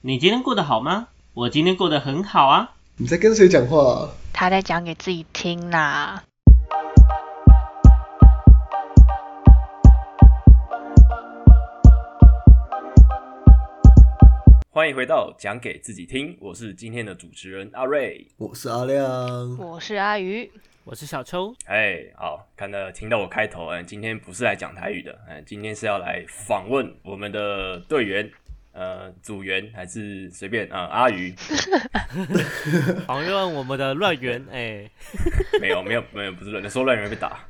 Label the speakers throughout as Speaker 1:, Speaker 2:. Speaker 1: 你今天过得好吗？我今天过得很好啊。
Speaker 2: 你在跟谁讲话、啊？
Speaker 3: 他在讲给自己听啦。
Speaker 4: 欢迎回到讲给自己听，我是今天的主持人阿瑞。
Speaker 2: 我是阿亮。
Speaker 3: 我是阿鱼，
Speaker 1: 我是小秋，
Speaker 4: 哎，好，看到听到我开头，嗯，今天不是来讲台语的，嗯，今天是要来访问我们的队员，呃，组员还是随便，呃，阿鱼，
Speaker 1: 访问我们的乱源，哎、
Speaker 4: 没有没有没有，不是乱，说乱人会被打。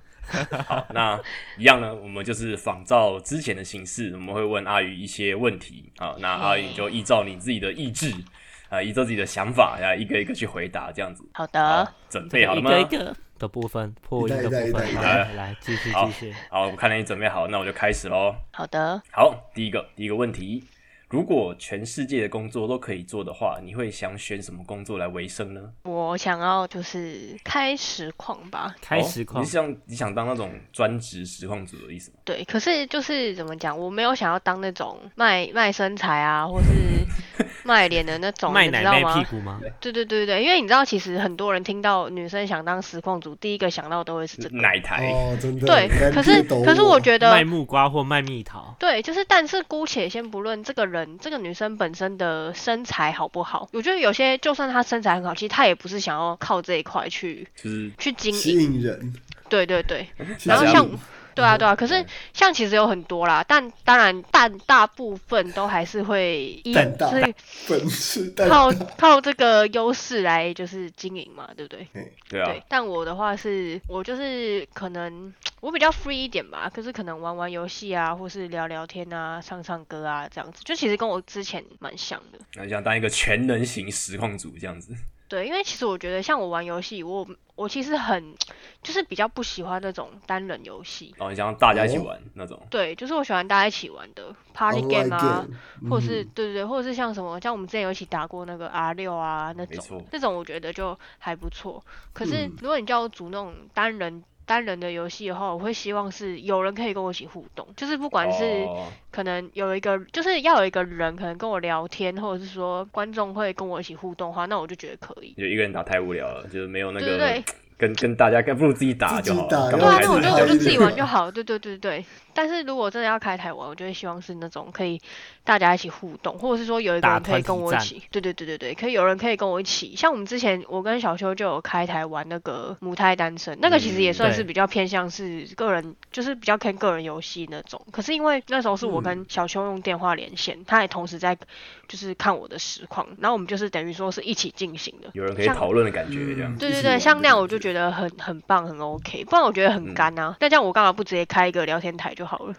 Speaker 4: 好，那一样呢，我们就是仿照之前的形式，我们会问阿鱼一些问题啊，那阿鱼就依照你自己的意志啊，依照自己的想法，啊然后一个一个去回答这样子。
Speaker 3: 好的，
Speaker 4: 准哎备好了
Speaker 1: 一
Speaker 4: 吗？
Speaker 1: 个一个的部分，破音的部
Speaker 2: 一代
Speaker 1: 分，
Speaker 2: 一代一代
Speaker 1: 来来继续
Speaker 4: 好
Speaker 1: 继续。
Speaker 4: 好，我看到你准备好，那我就开始喽。
Speaker 3: 好的，
Speaker 4: 好，第一个第一个问题，如果全世界的工作都可以做的话，你会想选什么工作来为生呢？
Speaker 3: 我想要就是开实况吧，
Speaker 1: 开实
Speaker 4: 哦
Speaker 1: 况
Speaker 4: 你，想你想当那种专职实况组的意思吗？
Speaker 3: 对，可是就是怎么讲，我没有想要当那种卖卖身材啊，或 是卖脸的那种，
Speaker 1: 卖
Speaker 3: 你
Speaker 1: 奶
Speaker 3: 知道
Speaker 1: 卖
Speaker 3: 吗
Speaker 1: 屁？股吗？
Speaker 3: 对对对对，因为你知道，其实很多人听到女生想当实况主，第一个想到都会是这个。
Speaker 4: 奶台、
Speaker 2: 哦，真的。
Speaker 3: 对
Speaker 2: 你看，
Speaker 3: 可是
Speaker 2: 你懂
Speaker 3: 可是我觉
Speaker 1: 卖
Speaker 3: 得，
Speaker 1: 木瓜或卖蜜桃？
Speaker 3: 对，就是但是姑且先不论这个人，这个女生本身的身材好不好，我觉得有些就算她身材很好，其实她也不是想要靠这一块去
Speaker 4: 就是嗯
Speaker 3: 去经
Speaker 2: 吸
Speaker 3: 营。
Speaker 2: 引人。
Speaker 3: 对对对，
Speaker 2: 其
Speaker 3: 然后
Speaker 2: 实
Speaker 3: 像。对啊，对啊，可是
Speaker 4: 对
Speaker 3: 像其实有很多啦，但当然，但大部分都还是会依
Speaker 2: 但大
Speaker 3: 是
Speaker 2: 本事，但
Speaker 3: 靠靠这个优势来就是经营嘛，对不对？
Speaker 4: 对啊，
Speaker 3: 对，但我的话是，我就是可能我比较 free 一点吧，可是可能玩玩游戏啊，或是聊聊天啊，唱唱歌啊这样子，就其实跟我之前蛮像的。
Speaker 4: 那你想当一个全能型实况组这样子，
Speaker 3: 对，因为其实我觉得像我玩游戏，我我其实很就是比较不喜欢那种单人游戏。
Speaker 4: 然后哦你想让大家一起玩、那种，
Speaker 3: 对，就是我喜欢大家一起玩的 party
Speaker 2: online
Speaker 3: game 啊，
Speaker 2: game，
Speaker 3: 或是
Speaker 2: 嗯
Speaker 3: 对对对，或者是像什么，像我们之前有一起打过那个 R 六啊那
Speaker 4: 没错
Speaker 3: 种，那种我觉得就还不错。可是
Speaker 2: 嗯
Speaker 3: 如果你叫我组那种单人单人的游戏的话，我会希望是有人可以跟我一起互动，就是不管是
Speaker 4: 哦
Speaker 3: 可能有一个，就是要有一个人可能跟我聊天，或者是说观众会跟我一起互动的话，那我就觉得可以。
Speaker 4: 就一个人打太无聊了，就是没有那
Speaker 3: 对
Speaker 4: 个
Speaker 3: 对对，
Speaker 4: 跟跟大家，不如自己打就
Speaker 2: 自
Speaker 4: 好
Speaker 2: 己打
Speaker 4: 了，干
Speaker 3: 对
Speaker 4: 嘛
Speaker 3: 啊，
Speaker 4: 开
Speaker 3: 那我
Speaker 4: 始
Speaker 3: 就
Speaker 2: 台
Speaker 3: 我
Speaker 4: 打
Speaker 3: 就
Speaker 2: 湾
Speaker 3: 自己玩就好。对对对对对。但是如果真的要开台玩，我就会希望是那种可以大家一起互动，或者是说有一个
Speaker 1: 打
Speaker 3: 人可
Speaker 1: 团
Speaker 3: 以
Speaker 1: 体
Speaker 3: 跟我一
Speaker 1: 战
Speaker 3: 起。对对对对对，可以有人可以跟我一起。像我们之前，我跟小修就有开台玩那个母胎单身，那个其实也
Speaker 4: 嗯
Speaker 3: 算是
Speaker 1: 对
Speaker 3: 比较偏向是个人，就是比较偏个人游戏那种。可是因为那时候是我
Speaker 1: 嗯
Speaker 3: 跟小修用电话连线，他也同时在就是看我的实况，然后我们就是等于说是一起进行的。
Speaker 4: 有人可以
Speaker 3: 像
Speaker 4: 讨论的感觉这样。
Speaker 3: 对
Speaker 2: 一
Speaker 3: 对
Speaker 2: 起
Speaker 3: 对，
Speaker 2: 玩
Speaker 3: 像
Speaker 2: 的
Speaker 3: 那样
Speaker 2: 感
Speaker 3: 我就
Speaker 2: 觉
Speaker 3: 觉得很很棒，很 OK。不然我觉得很干啊。那这样我干嘛不直接开一个聊天台就好了？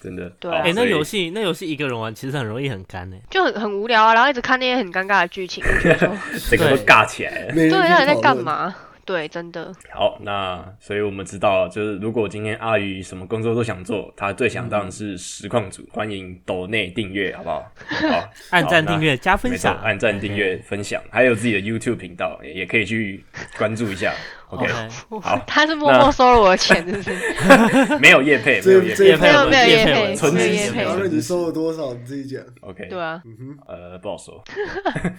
Speaker 4: 真的。
Speaker 3: 对
Speaker 1: 哎、
Speaker 3: 啊
Speaker 4: 好
Speaker 1: 那
Speaker 4: 所以
Speaker 1: 游戏那游戏一个人玩其实很容易很干哎、
Speaker 3: 就很很无聊啊，然后一直看那些很尴尬的剧情，我觉得说
Speaker 4: 整个都尬起来了。
Speaker 2: 没人
Speaker 3: 对，啊
Speaker 2: 可以
Speaker 3: 到底在
Speaker 2: 讨
Speaker 3: 干
Speaker 2: 论？
Speaker 3: 嘛？对，真的，
Speaker 4: 好，那所以我们知道，就是如果今天阿鱼什么工作都想做，他最想当然
Speaker 2: 嗯
Speaker 4: 是实况组。欢迎抖内订阅，好不好？好，
Speaker 1: 按赞
Speaker 4: 好
Speaker 1: 订，阅加
Speaker 4: 那没
Speaker 1: 分
Speaker 4: 错，
Speaker 1: 享，
Speaker 4: 按赞订阅分享，还有自己的 YouTube 频道，也也可以去关注 一下。OK，
Speaker 1: OK，
Speaker 3: 我
Speaker 4: 好
Speaker 3: 他是默默收了我的钱，是不是？
Speaker 4: 没有叶配，没有
Speaker 2: 这
Speaker 1: 业
Speaker 2: 这一
Speaker 4: 叶配
Speaker 1: 配
Speaker 2: 块
Speaker 3: 有
Speaker 1: 文
Speaker 3: 没有
Speaker 1: 业配
Speaker 3: 业配
Speaker 1: 文
Speaker 3: 没有
Speaker 4: 纯
Speaker 3: 业
Speaker 4: 知识
Speaker 3: 配
Speaker 2: 然后
Speaker 4: 纯
Speaker 2: 你
Speaker 4: 知识
Speaker 2: 收了多少？你自己讲。
Speaker 4: ，OK，
Speaker 3: 对啊，
Speaker 4: 呃，不好说。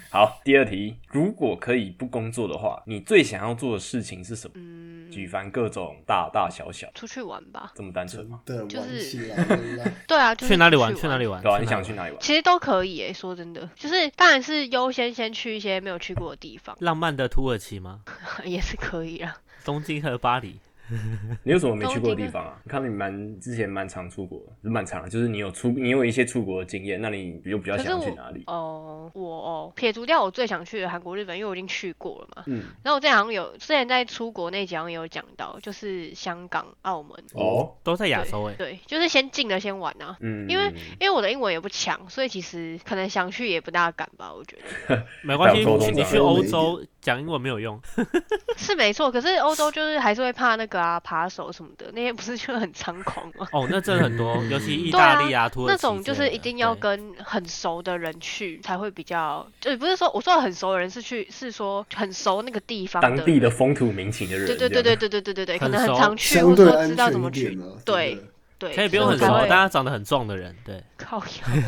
Speaker 4: 好，第二题，如果可以不工作的话，你最想要做的事情是什么？
Speaker 3: 嗯，
Speaker 4: 举凡各种大大小小，
Speaker 3: 出去玩吧。
Speaker 4: 这么单纯吗？
Speaker 2: 的
Speaker 3: 就
Speaker 2: 玩
Speaker 3: 是
Speaker 2: 起来 了。
Speaker 3: 对啊，就是
Speaker 1: 去哪里
Speaker 3: 出
Speaker 1: 玩？去哪里玩？
Speaker 4: 对啊，你想去？哪里玩？
Speaker 3: 其实都可以诶、说真的，就是当然是优先先去一些没有去过的地方，
Speaker 1: 浪漫的土耳其吗？
Speaker 3: 也是可以啦。
Speaker 1: 东京和巴黎？
Speaker 4: 你有什么没去过
Speaker 3: 东
Speaker 4: 的
Speaker 3: 京
Speaker 4: 地方啊？我看你蛮之前蛮常出国的，不是蛮常，就是你有出，你有一些出国的经验，那你又比较
Speaker 3: 可是
Speaker 4: 想去
Speaker 3: 我
Speaker 4: 哪里？
Speaker 3: 哦，我哦，撇除掉我最想去的韩国、日本，因为我已经去过了嘛。
Speaker 4: 嗯，
Speaker 3: 然后我之前好像有，之前在出国那集好像有讲到，就是香港、澳门，
Speaker 4: 哦，
Speaker 1: 都在亚洲哎、
Speaker 3: 对，就是先进了先玩啊。
Speaker 4: 嗯，
Speaker 3: 因为因为我的英文也不强，所以其实可能想去也不大敢吧，我觉得
Speaker 1: 没关系，
Speaker 4: 还有沟通
Speaker 1: 你
Speaker 4: 障
Speaker 1: 去
Speaker 2: 碍
Speaker 1: 欧洲讲英文没有用，
Speaker 3: 是没错。可是欧洲就是还是会怕那个啊，扒手什么的，那些不是就很猖狂吗？
Speaker 1: 哦，那真的很多，尤其意
Speaker 3: 对
Speaker 1: 大
Speaker 3: 啊
Speaker 1: 利啊、土耳
Speaker 3: 那
Speaker 1: 其之类的，
Speaker 3: 种就是一定要
Speaker 1: 对
Speaker 3: 跟很熟的人去才会比较，就不是说我说的很熟的人是去是说很熟那个地方
Speaker 4: 当
Speaker 3: 的
Speaker 4: 地的风土民情的人，
Speaker 3: 对对对对对对对对对，可
Speaker 1: 很
Speaker 3: 能很
Speaker 1: 熟
Speaker 3: 常去，
Speaker 2: 相
Speaker 3: 或者
Speaker 2: 对
Speaker 3: 说
Speaker 2: 安
Speaker 3: 知道怎
Speaker 2: 全一
Speaker 3: 么去
Speaker 2: 点。啊，
Speaker 3: 对
Speaker 2: 真的
Speaker 3: 对，
Speaker 1: 可以不用很
Speaker 3: 所
Speaker 1: 熟
Speaker 3: 以我才，会
Speaker 1: 大家长得很壮的人，对，
Speaker 3: 靠腰。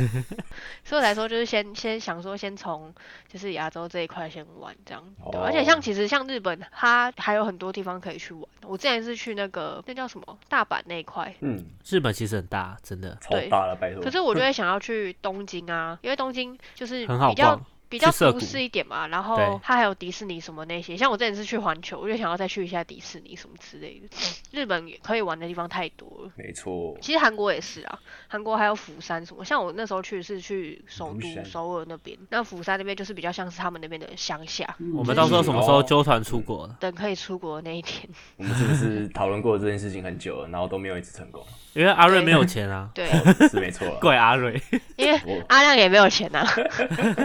Speaker 3: 所以我来说，就是先先想说，先从就是亚洲这一块先玩这样。对，啊而且像
Speaker 4: 哦
Speaker 3: 其实像日本，它还有很多地方可以去玩。我之前是去那个那叫什么大阪那一块，
Speaker 4: 嗯，
Speaker 1: 日本其实很大，真的
Speaker 4: 超
Speaker 3: 对
Speaker 4: 大了，拜托。
Speaker 3: 可是我就会想要去东京啊，因为东京就是
Speaker 1: 很好
Speaker 3: 比较
Speaker 1: 逛。
Speaker 3: 比较
Speaker 1: 去涩
Speaker 3: 都
Speaker 1: 谷
Speaker 3: 市一点嘛，然
Speaker 1: 对
Speaker 3: 后它还有迪士尼什么那些，像我之前是去环球，我就想要再去一下迪士尼什么之类的。日本也可以玩的地方太多了，
Speaker 4: 没错，
Speaker 3: 其实韩国也是啊，韩国还有釜山什么，像我那时候去是去首
Speaker 4: 釜山
Speaker 3: 都首尔那边，那釜山那边就是比较像是他们那边的乡下。
Speaker 1: 我们到时候什么时候
Speaker 4: 哦
Speaker 1: 揪团出国了？
Speaker 3: 等可以出国的那一天，
Speaker 4: 我们是不是讨论过这件事情很久了，然后都没有一次成功？
Speaker 1: 因为阿瑞
Speaker 3: 对
Speaker 1: 没有钱啊，
Speaker 3: 对，
Speaker 4: 是没错了。
Speaker 1: 怪阿 瑞。
Speaker 3: 因为
Speaker 4: 我
Speaker 3: 阿亮也没有钱啊呐、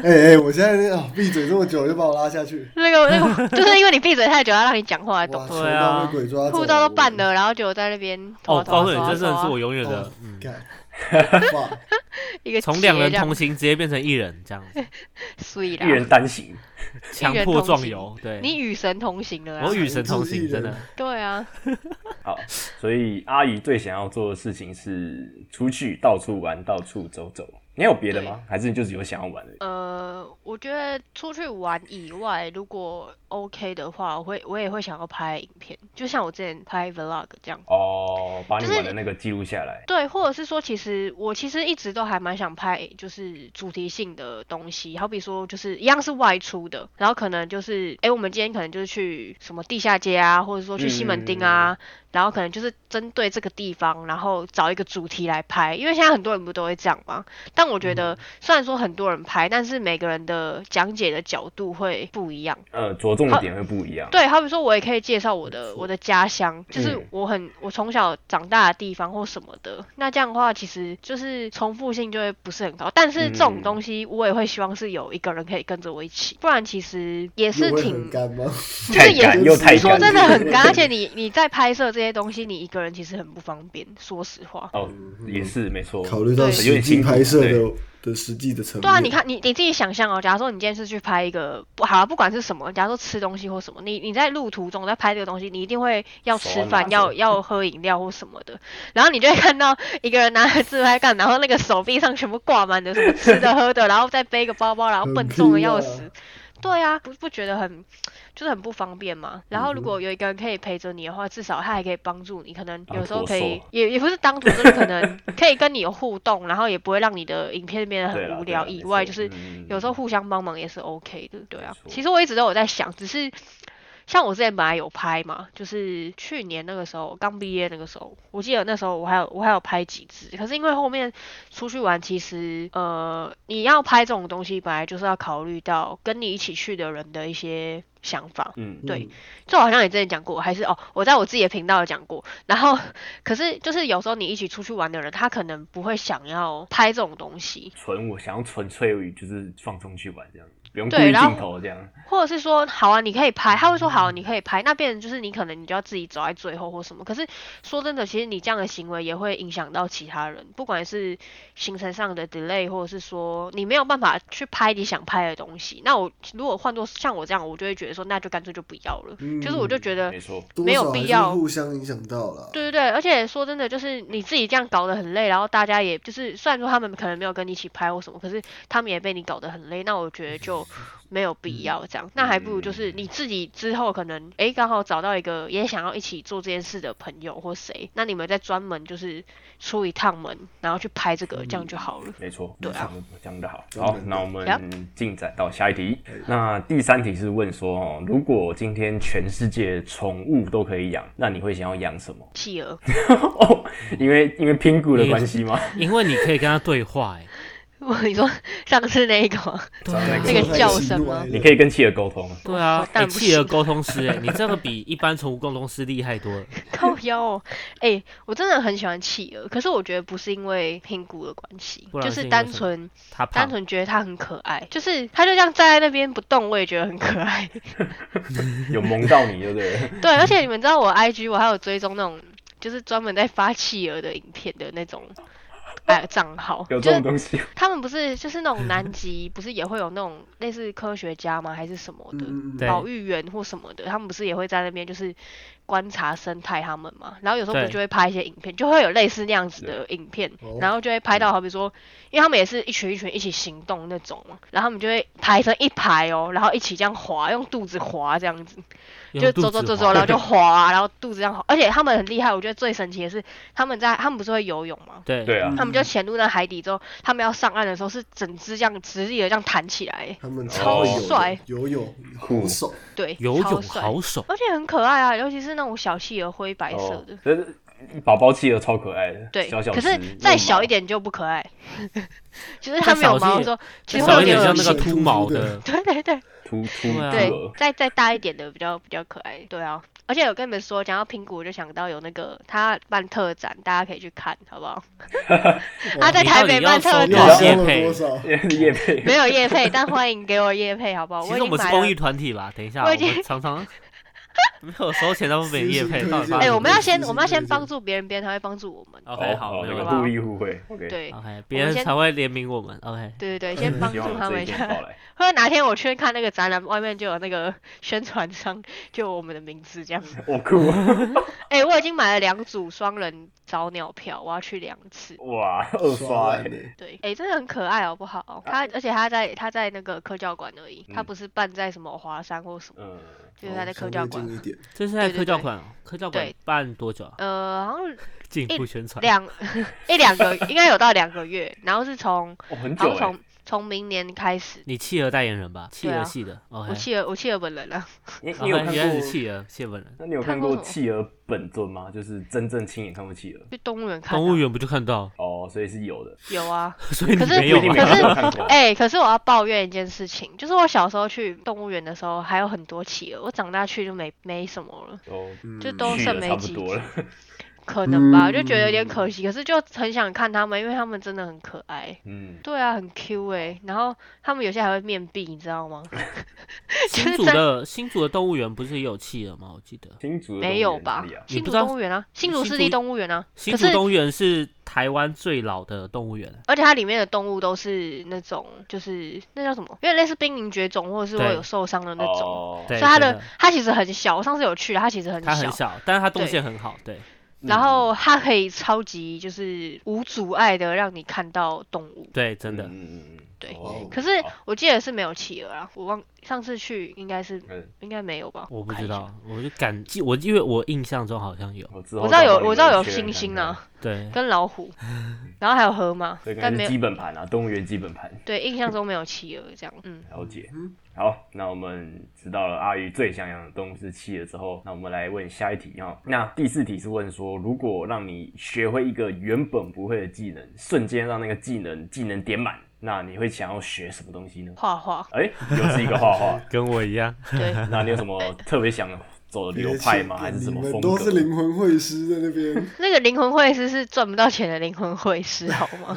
Speaker 2: 哎哎，我现在啊闭嘴这么久就把我拉下去，
Speaker 3: 那个那个，就是因为你闭嘴太久，要让你讲话，懂
Speaker 2: 哇，
Speaker 3: 吗？
Speaker 2: 全
Speaker 1: 对啊
Speaker 2: 被鬼抓走，
Speaker 3: 护照都办了，然后就在那边
Speaker 1: 哦，
Speaker 3: 拖啊
Speaker 1: 我
Speaker 3: 拖
Speaker 1: 告
Speaker 3: 啊
Speaker 1: 诉你，
Speaker 3: 拖啊
Speaker 1: 这真的是
Speaker 3: 拖啊
Speaker 1: 我永远的
Speaker 2: 哦，
Speaker 1: 嗯，
Speaker 2: 干，哇，
Speaker 3: 一个
Speaker 1: 从两人
Speaker 3: 结这样
Speaker 1: 同行直接变成一人这样子，
Speaker 3: 所以
Speaker 4: 一人
Speaker 3: 啦，
Speaker 4: 单行，
Speaker 1: 强
Speaker 3: 人
Speaker 1: 迫
Speaker 3: 同
Speaker 1: 壮
Speaker 3: 行
Speaker 1: 游。对，
Speaker 3: 你与神同行了啦。
Speaker 1: 我与神同行，
Speaker 2: 一
Speaker 1: 真
Speaker 2: 人
Speaker 1: 的。
Speaker 3: 对啊，
Speaker 4: 好，所以阿姨最想要做的事情是出去到处玩，到处走走。你还有别的吗？还是你就只有想要玩而已？
Speaker 3: 呃，我觉得出去玩以外，如果 OK 的话，我会我也会想要拍影片，就像我之前拍 vlog 这样。
Speaker 4: 哦，把你
Speaker 3: 就是
Speaker 4: 玩的那个记录下来。
Speaker 3: 对，或者是说，其实我其实一直都还蛮想拍，就是主题性的东西，好比说就是一样是外出的，然后可能就是，哎，我们今天可能就是去什么地下街啊，或者说去西门町啊，然后可能就是针对这个地方，然后找一个主题来拍，因为现在很多人不都会这样嘛。但我觉得，虽然说很多人拍，但是每个人的讲解的角度会不一样。
Speaker 4: 呃，着重的点会不一样。
Speaker 3: 对，好比说，我也可以介绍我的我的家乡，就是
Speaker 4: 嗯
Speaker 3: 我很我从小长大的地方或什么的。那这样的话，其实就是重复性就会不是很高。但是这种
Speaker 4: 嗯
Speaker 3: 东西，我也会希望是有一个人可以跟着我一起，不然其实也是
Speaker 2: 又会
Speaker 3: 挺
Speaker 2: 很干吗？
Speaker 4: 太
Speaker 3: 也
Speaker 4: 赶又太
Speaker 2: 说
Speaker 4: 赶
Speaker 3: 真的
Speaker 4: 了。
Speaker 3: 很干。而且你你在拍摄这些东西，你一个人其实很不方便，说实话。
Speaker 4: 哦，也是没错。
Speaker 2: 嗯考虑到
Speaker 3: 对
Speaker 4: 有
Speaker 2: 实
Speaker 4: 点
Speaker 2: 际
Speaker 4: 辛苦
Speaker 2: 拍摄
Speaker 4: 对
Speaker 2: 的的实际的成本，
Speaker 3: 对啊，你看你你自己想象哦，假如说你今天是去拍一个不好、啊，不管是什么，假如说吃东西或什么，你你在路途中在拍这个东西，你一定会要
Speaker 4: 手啊
Speaker 3: 吃
Speaker 4: 要拿
Speaker 3: 饭，要
Speaker 4: 着
Speaker 3: 要喝饮料或什么的，然后你就会看到一个人拿着自拍杆，然后那个手臂上全部挂满的什么吃的喝的，然后再背一个包包，然后
Speaker 2: 很
Speaker 3: 笨重的
Speaker 2: 拼
Speaker 3: 要
Speaker 2: 啊
Speaker 3: 死。对啊，不不觉得很就是很不方便嘛。然后如果有一个人可以陪着你的话，至少他还可以帮助你，可能
Speaker 4: 嗯当啊
Speaker 3: 有时候
Speaker 4: 驼
Speaker 3: 可以
Speaker 4: 兽
Speaker 3: 也也不是当徒，就是可能可以跟你有互动，然后也不会让你的影片变得
Speaker 4: 对啦
Speaker 3: 很无
Speaker 4: 对
Speaker 3: 聊
Speaker 4: 啦
Speaker 3: 以
Speaker 4: 没
Speaker 3: 外，
Speaker 4: 错
Speaker 3: 就是
Speaker 4: 嗯
Speaker 3: 有时候互相帮忙也是 OK 的，对啊
Speaker 4: 没。错
Speaker 3: 其实我一直都有在想，只是像我之前本来有拍嘛，就是去年那个时候刚毕业那个时候，我记得那时候我还有我还有拍几支，可是因为后面出去玩，其实呃你要拍这种东西，本来就是要考虑到跟你一起去的人的一些想法，
Speaker 4: 嗯，
Speaker 3: 对这我好像也之前讲过，还是哦，我在我自己的频道有讲过。然后， 可是就是有时候你一起出去玩的人，他可能不会想要拍这种东西，
Speaker 4: 纯我想要纯粹于就是放松去玩这样，不用顾
Speaker 3: 对
Speaker 4: 虑
Speaker 3: 然后
Speaker 4: 镜头这样。
Speaker 3: 或者是说好啊，你可以拍，他会说好、啊，你可以拍。那变成就是你可能你就要自己走在最后或什么。可是说真的，其实你这样的行为也会影响到其他人，不管是行程上的 delay，或者是说你没有办法去拍你想拍的东西。那我如果换做像我这样，我就会觉得说，那就干脆就不要了。
Speaker 2: 嗯
Speaker 3: 就是我就觉得
Speaker 4: 没错，
Speaker 2: 多
Speaker 3: 没有
Speaker 2: 少还
Speaker 3: 必
Speaker 2: 是
Speaker 3: 要
Speaker 2: 互相影响到了。
Speaker 3: 对对对，而且说真的，就是你自己这样搞得很累，然后大家也就是，虽然说他们可能没有跟你一起拍或什么，可是他们也被你搞得很累，那我觉得就没有
Speaker 1: 嗯
Speaker 3: 必要这样，那还不如就是你自己之后可能诶刚好找到一个也想要一起做这件事的朋友或谁，那你们再专门就是出一趟门，然后去拍这个，这
Speaker 1: 嗯
Speaker 3: 样就好了。
Speaker 4: 没错，
Speaker 3: 对啊
Speaker 4: 讲得，讲的好。
Speaker 2: 真的哎
Speaker 4: 好，那我们进展到下一题。那第三题是问说，哦，如果今天全世界宠物都可以养，那你会想要养什么？
Speaker 3: 企鹅，
Speaker 4: 哦，
Speaker 2: 嗯
Speaker 4: 因为因为拼骨的关系吗？
Speaker 1: 因为你可以跟他对话，哎，
Speaker 3: 我你说 上次那一个吗？
Speaker 1: 对
Speaker 4: 那
Speaker 1: 啊
Speaker 4: 个
Speaker 3: 那个叫声吗
Speaker 4: 你可以跟企鹅沟通。
Speaker 1: 对啊，哎
Speaker 3: 当然不
Speaker 1: 企鹅
Speaker 3: 行
Speaker 1: 沟通师，哎，你这个比一般宠物沟通师厉害多了。
Speaker 3: 靠腰哦，哎、我真的很喜欢企鹅，可是我觉得不是因为评估的关系
Speaker 1: 不，然
Speaker 3: 就是
Speaker 1: 因
Speaker 3: 是
Speaker 1: 为
Speaker 3: 单
Speaker 1: 什么
Speaker 3: 纯
Speaker 1: 他胖
Speaker 3: 单，纯觉得它很可爱，就是它就这样站在那边不动，我也觉得很可爱。
Speaker 4: 有萌到你，对不对？
Speaker 3: 对，而且你们知道我 IG 我还有追踪那种就是专门在发企鹅的影片的那种。哎，账号
Speaker 4: 有
Speaker 3: 就
Speaker 4: 这种
Speaker 3: 是
Speaker 4: 东西，
Speaker 3: 他们不是就是那种南极，不是也会有那种类似科学家吗？还是什么的
Speaker 2: 嗯嗯嗯
Speaker 1: 对
Speaker 3: 保育员或什么的，他们不是也会在那边就是观察生态他们嘛，然后有时候
Speaker 1: 对
Speaker 3: 不就会拍一些影片，就会有类似那样子的影片
Speaker 2: 哦，
Speaker 3: 然后就会拍到，好比说，因为他们也是一群一群一起行动那种嘛，然后他们就会排成一排哦，然后一起这样滑，用肚子滑这样子，就走走走走，然后 就滑，啊然后肚子这样滑，而且他们很厉害，我觉得最神奇的是他们在他们不是会游泳吗？
Speaker 1: 对
Speaker 4: 对啊，
Speaker 3: 他们就潜入那海底之后，他们要上岸的时候是整只这样直立的这样弹起来，
Speaker 2: 他们
Speaker 4: 超
Speaker 2: 游泳
Speaker 3: 帅
Speaker 2: 游泳
Speaker 4: 酷
Speaker 2: 好手，
Speaker 3: 对，
Speaker 1: 游
Speaker 3: 超
Speaker 1: 泳
Speaker 3: 帅
Speaker 1: 好手，
Speaker 3: 而且很可爱啊，尤其是那种小企鹅灰白色
Speaker 4: 哦
Speaker 3: 的。，
Speaker 4: 这是宝宝企鹅超可爱的，
Speaker 3: 对，
Speaker 4: 小小
Speaker 3: 可
Speaker 4: 只
Speaker 3: 是再小一
Speaker 4: 点，
Speaker 3: 点就不可爱， 就是它没有毛的时候，其实
Speaker 2: 再
Speaker 1: 少
Speaker 3: 会哎有
Speaker 1: 一点像
Speaker 3: 点
Speaker 1: 那
Speaker 3: 恶
Speaker 1: 个
Speaker 3: 心。
Speaker 1: 秃毛的，
Speaker 3: 对对对
Speaker 4: 秃秃
Speaker 1: 对啊
Speaker 4: 秃
Speaker 3: 对
Speaker 4: 鹅，，
Speaker 3: 再再大一点的比较比较可爱。对啊，而且我跟你们说，讲到苹果，我就想到有那个他办特展，大家可以去看，好不好？ 他在台北办特
Speaker 1: 你
Speaker 2: 又
Speaker 1: 到底要
Speaker 3: 展
Speaker 1: 收，
Speaker 2: 香了多少？
Speaker 4: 叶配
Speaker 3: 没有叶配，但欢迎给哦我叶配，好不好？
Speaker 1: 其
Speaker 3: 已
Speaker 1: 实我
Speaker 3: 经
Speaker 1: 们是
Speaker 3: 买
Speaker 1: 公
Speaker 3: 了哎
Speaker 1: 益。团体吧？等一下，
Speaker 3: 我
Speaker 1: 我
Speaker 3: 已经
Speaker 1: 们常 常没有收钱，他们没业配，到底发
Speaker 3: 哎、
Speaker 1: 生什
Speaker 3: 我
Speaker 1: 么
Speaker 3: 们要
Speaker 1: 事
Speaker 3: 先
Speaker 2: 是
Speaker 3: 我们要
Speaker 2: 是
Speaker 3: 先
Speaker 2: 是
Speaker 3: 帮助别人，别人才会帮助我们。
Speaker 4: 哦
Speaker 1: ？OK，好，
Speaker 4: 好，
Speaker 1: 没
Speaker 4: 那
Speaker 1: 有
Speaker 4: 个
Speaker 1: 问
Speaker 4: 互
Speaker 1: 题。
Speaker 4: 利互惠，OK，
Speaker 3: 对
Speaker 1: OK，别人才会联名我们。OK，
Speaker 3: 对对对，先帮
Speaker 4: 嗯希
Speaker 3: 助
Speaker 4: 望
Speaker 3: 他
Speaker 4: 这
Speaker 3: 们
Speaker 4: 一
Speaker 3: 一
Speaker 4: 天
Speaker 3: 下。
Speaker 4: 到来。
Speaker 3: 或者哪天我去看那个展览，外面就有那个宣传商，就有我们的名字这样。
Speaker 4: 我酷，
Speaker 3: 哎、我已经买了两组双人早鸟票，我要去两次。
Speaker 4: 哇，二
Speaker 2: 爽
Speaker 4: 刷
Speaker 2: 烂
Speaker 4: 欸，
Speaker 2: 的
Speaker 3: 对，哎、真的很可爱，好不好？他而且他在他在那个科教馆而已，他
Speaker 4: 啊嗯
Speaker 3: 不是办在什么华山或什么，
Speaker 4: 嗯，
Speaker 3: 就是他在
Speaker 2: 哦
Speaker 3: 科教
Speaker 2: 稍微
Speaker 3: 馆。
Speaker 2: 近一点，
Speaker 1: 这是在
Speaker 3: 对对
Speaker 1: 科教
Speaker 3: 对
Speaker 1: 馆哦，科教馆
Speaker 3: 对
Speaker 1: 办多久啊？
Speaker 3: 呃，好像
Speaker 1: 进一
Speaker 3: 一
Speaker 1: 步宣传。
Speaker 3: 两 一两个，应该有到两个月，然后是从
Speaker 4: 哦，很
Speaker 3: 好
Speaker 4: 久
Speaker 3: 像
Speaker 4: 哎，
Speaker 3: 从从明年开始。
Speaker 1: 你企鹅代言人吧？企
Speaker 3: 对
Speaker 1: 鹅
Speaker 3: 啊
Speaker 1: 系的。OK，
Speaker 3: 我弃了，我弃了本人啊了。
Speaker 4: 你你有
Speaker 1: 原
Speaker 4: 看
Speaker 1: 来是
Speaker 4: 过？
Speaker 1: 企鹅，谢本人。
Speaker 4: 那你有看
Speaker 3: 看过
Speaker 4: 过
Speaker 3: 什么
Speaker 4: 企鹅本尊吗？就是真正亲眼看过企鹅
Speaker 3: 去动物园看、啊。
Speaker 1: 动物园不就看到？
Speaker 4: 哦，所以是有的，
Speaker 3: 有啊，
Speaker 1: 所以你
Speaker 3: 可是
Speaker 1: 没有
Speaker 4: 不一定
Speaker 1: 吗
Speaker 4: 每？个人都看过。
Speaker 3: 哎、可是我要抱怨一件事情，就是我小时候去动物园的时候还有很多企鹅，我长大去就没没什么了，
Speaker 4: 哦，
Speaker 2: 嗯
Speaker 3: 就哎都
Speaker 4: 去
Speaker 3: 剩
Speaker 4: 了
Speaker 3: 没
Speaker 4: 差不
Speaker 3: 几
Speaker 4: 多
Speaker 3: 只
Speaker 4: 了，，
Speaker 3: 可能吧，就觉得
Speaker 2: 嗯
Speaker 3: 有点可惜，可是就很想看它们，因为它们真的很可爱。
Speaker 4: 嗯，
Speaker 3: 对啊，很 Q 哎、然后它们有些还会面壁，你知道吗？就
Speaker 1: 新
Speaker 3: 是
Speaker 1: 竹
Speaker 3: 在
Speaker 1: 的新竹的动物园不是也有企鹅吗？我记得
Speaker 4: 新竹的动物
Speaker 3: 没
Speaker 4: 园
Speaker 3: 有
Speaker 4: 哪
Speaker 3: 吧
Speaker 4: 里啊？
Speaker 1: 你
Speaker 3: 新
Speaker 1: 不
Speaker 3: 竹
Speaker 1: 知道
Speaker 3: 动物园啊，新竹
Speaker 1: 新
Speaker 3: 湿
Speaker 1: 竹
Speaker 3: 地动物园啊，
Speaker 1: 新
Speaker 3: 可
Speaker 1: 竹
Speaker 3: 是
Speaker 1: 动物园是台湾最老的动物园。
Speaker 3: 而且它里面的动物都是那种，就是那叫什么，有点类似濒临绝种或者是会
Speaker 1: 对
Speaker 3: 有受伤的那种。
Speaker 4: 哦，
Speaker 1: 对，
Speaker 3: 所以它
Speaker 1: 真
Speaker 3: 的它其实很小，我上次有去了，它其实很
Speaker 1: 它很小，但是它动
Speaker 3: 对
Speaker 1: 线很好。对，
Speaker 4: 嗯
Speaker 3: 然后它可以超级就是无阻碍的让你看到动物。
Speaker 1: 对，真的
Speaker 4: 嗯。嗯嗯嗯，
Speaker 3: 对
Speaker 4: 哦
Speaker 3: 可是我记得是没有企鹅啊，我忘上次去应该是
Speaker 4: 嗯，
Speaker 3: 应该没有吧？
Speaker 1: 我不
Speaker 3: 看
Speaker 1: 知
Speaker 3: 一下
Speaker 1: 道，，我就感记我，因为我印象中好像有，
Speaker 4: 嗯我知
Speaker 3: 我知道有
Speaker 4: 找
Speaker 3: 我知道有
Speaker 4: 你们
Speaker 3: 猩
Speaker 4: 确认
Speaker 3: 猩
Speaker 4: 看看，
Speaker 3: 啊，
Speaker 1: 对，
Speaker 3: 跟老虎，然后还有河马
Speaker 4: 这，个
Speaker 3: 但没
Speaker 4: 是
Speaker 3: 有
Speaker 4: 基本盘啊，动物园基本盘。
Speaker 3: 对印象中没有企鹅这样。嗯，
Speaker 4: 了解
Speaker 2: 嗯，
Speaker 4: 好，那我们知道了阿鱼最想养的动物是企鹅之后，那我们来问下一题哈、那第四题是问说，如果让你学会一个原本不会的技能，瞬间让那个技能技能点满，那你会想要学什么东西呢？
Speaker 3: 画画，
Speaker 4: 哎、又是一个 画画，
Speaker 1: 跟我一样，
Speaker 3: 对，
Speaker 4: 那你有什么特别想走的流派 吗？还是什么
Speaker 2: 你们
Speaker 4: 风格
Speaker 2: 都？是灵魂会师在那边，
Speaker 3: 那个灵魂会师是赚不到钱的灵魂会师，好吗？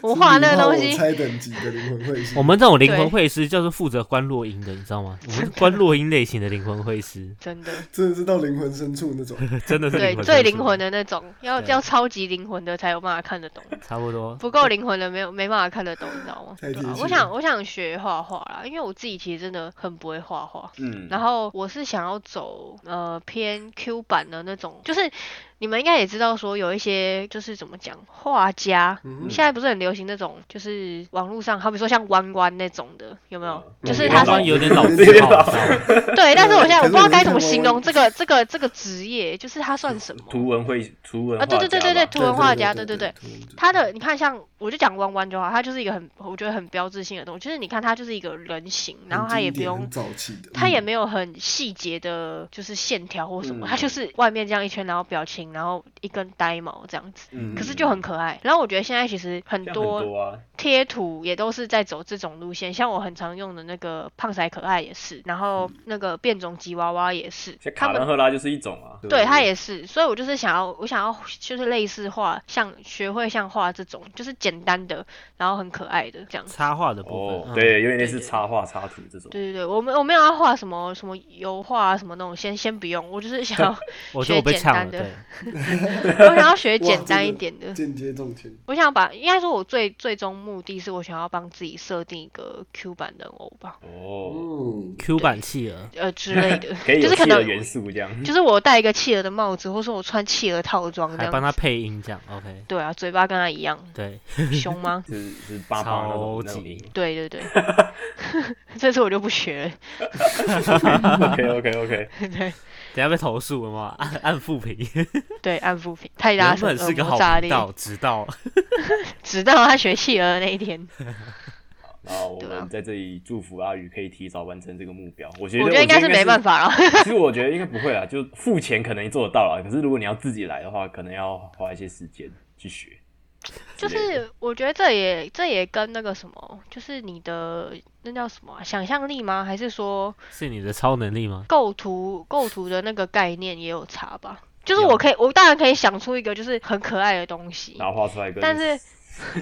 Speaker 3: 我画那个东
Speaker 2: 是你
Speaker 3: 西
Speaker 2: 画，我猜等级的灵魂会 师
Speaker 4: 哦
Speaker 1: 我。们这种灵魂
Speaker 3: 对
Speaker 1: 会师就是负责观落音的，你知道吗？我 们是观落音类型的灵魂会师，
Speaker 3: 真的，
Speaker 2: 真的是到灵魂深处那种，
Speaker 1: 真的是
Speaker 3: 对，
Speaker 1: 魂
Speaker 3: 最
Speaker 1: 会
Speaker 3: 灵
Speaker 1: 师
Speaker 3: 魂，的那种，要
Speaker 1: 对
Speaker 3: 要超级灵魂的才有办法看得懂，
Speaker 1: 差不多。
Speaker 3: 不够灵魂的没有没办法看得懂，你知道吗？
Speaker 2: 太
Speaker 3: 对
Speaker 2: 贴
Speaker 3: 啊，
Speaker 2: 切了
Speaker 3: 我想我想学画画啦，因为我自己其实真的很不会画画，
Speaker 4: 嗯，
Speaker 3: 然后我是想要走呃偏 Q 版的那种，就是你们应该也知道说有一些就是怎么讲画家。
Speaker 2: 嗯，
Speaker 3: 现在不是很流行那种，就是网络上，好比说像弯弯那种的，有没有？
Speaker 4: 嗯
Speaker 3: 就是
Speaker 4: 有
Speaker 3: 他
Speaker 1: 他
Speaker 3: 是
Speaker 1: 说有点老字
Speaker 2: 有点
Speaker 1: 号，
Speaker 4: 老
Speaker 1: 你知道吗
Speaker 3: 对，但是
Speaker 4: 嗯
Speaker 3: 我现在我
Speaker 2: 可是
Speaker 3: 不知道
Speaker 2: 我
Speaker 3: 该
Speaker 2: 是
Speaker 3: 怎么
Speaker 2: 看
Speaker 3: 形
Speaker 2: 过
Speaker 3: 容这个这个这个职业，就是它算什么？
Speaker 4: 图文会图文
Speaker 3: 啊对对对对对
Speaker 4: 画家吧
Speaker 3: 图文画家对对对
Speaker 2: 图文
Speaker 3: 它的你看像我就讲弯弯就好，它就是一个很我觉得很标志性的东西，就是你看它就是一个人形，然后它
Speaker 2: 很
Speaker 3: 也
Speaker 2: 经
Speaker 3: 不
Speaker 2: 典很嗯
Speaker 3: 用。
Speaker 2: 早期的，
Speaker 3: 它也没有很细节的，就是线条或什么，它
Speaker 4: 嗯
Speaker 3: 就是外面这样一圈，然后表情，然后一根呆毛这样子，
Speaker 4: 嗯
Speaker 3: 可是就很可爱。然后我觉得现在其实很
Speaker 4: 这样很
Speaker 3: 多
Speaker 4: 多啊，
Speaker 3: 贴图也都是在走这种路线，像我很常用的那个胖仔可爱也是，然后那个变种吉娃娃也是，
Speaker 4: 像
Speaker 3: 他
Speaker 4: 卡
Speaker 3: 们
Speaker 4: 兰赫拉就是一种啊，
Speaker 3: 对，
Speaker 4: 他
Speaker 3: 它也是，所以我就是想要，我想要就是类似画，像学会像画这种，就是简单的，然后很可爱的这样子。
Speaker 1: 插画的部
Speaker 4: 哦
Speaker 1: 分，，嗯，
Speaker 4: 对，有点类
Speaker 3: 对
Speaker 4: 似
Speaker 3: 对
Speaker 4: 插画插图这种。
Speaker 3: 对对对，我没我没有要画什么什么油画啊什么那种，先先不用，我就是想要
Speaker 1: 我觉得我被
Speaker 3: 学简
Speaker 1: 呛了，
Speaker 3: 单的
Speaker 1: 对，
Speaker 3: 我想要学
Speaker 2: 哇
Speaker 3: 简单一
Speaker 2: 这个
Speaker 3: 点的。
Speaker 2: 间接中签。
Speaker 3: 我想把，应该说，我最最终目的是我想要帮自己设定一个 Q 版人偶吧，
Speaker 4: 哦，，
Speaker 2: 嗯，
Speaker 1: Q 版企鹅，
Speaker 3: 呃之类的
Speaker 4: 嗯 可以
Speaker 3: 就
Speaker 4: 有
Speaker 3: 是可
Speaker 4: 企鹅
Speaker 3: 能
Speaker 4: 元素这样。
Speaker 3: 就是我戴一个企鹅的帽子，或是我穿企鹅套装这
Speaker 1: 还帮
Speaker 3: 样。
Speaker 1: 他配音这样，OK，
Speaker 3: 对啊，嘴巴跟他一样
Speaker 1: 对，
Speaker 3: 凶 吗？
Speaker 4: 就是就是八八那种那
Speaker 1: 超
Speaker 4: 种
Speaker 1: 级
Speaker 4: 音。
Speaker 3: 对对 对，这次我就不学了。
Speaker 4: OK OK OK，
Speaker 3: 对
Speaker 1: 等下被投诉了吗？按按复评，
Speaker 3: 对，按复评太大
Speaker 1: 原
Speaker 3: 声，呃
Speaker 1: 本是
Speaker 3: 耳
Speaker 1: 个
Speaker 3: 膜
Speaker 1: 好
Speaker 3: 炸
Speaker 1: 频
Speaker 3: 裂，
Speaker 1: 道，直到
Speaker 3: 直到他学企鹅的那一天。
Speaker 4: 啊，我
Speaker 3: 对啊
Speaker 4: 们在这里祝福阿宇可以提早完成这个目标。我觉得
Speaker 3: 我觉得应该是没办。法了。
Speaker 4: 其实我觉得应该不会啦，就付钱可能做得到啦，可是如果你要自己来的话，可能要花一些时间去学。
Speaker 3: 就
Speaker 4: 之类的
Speaker 3: 是我觉得这也这也跟那个什么，就是你的那叫什么啊、想象力吗？还是说
Speaker 1: 是你的超能力吗？
Speaker 3: 构图构图的那个概念也有差吧？就是
Speaker 4: 有
Speaker 3: 我可以，我当然可以想出一个就是很可爱的东西，
Speaker 4: 然后画出来跟，
Speaker 3: 但是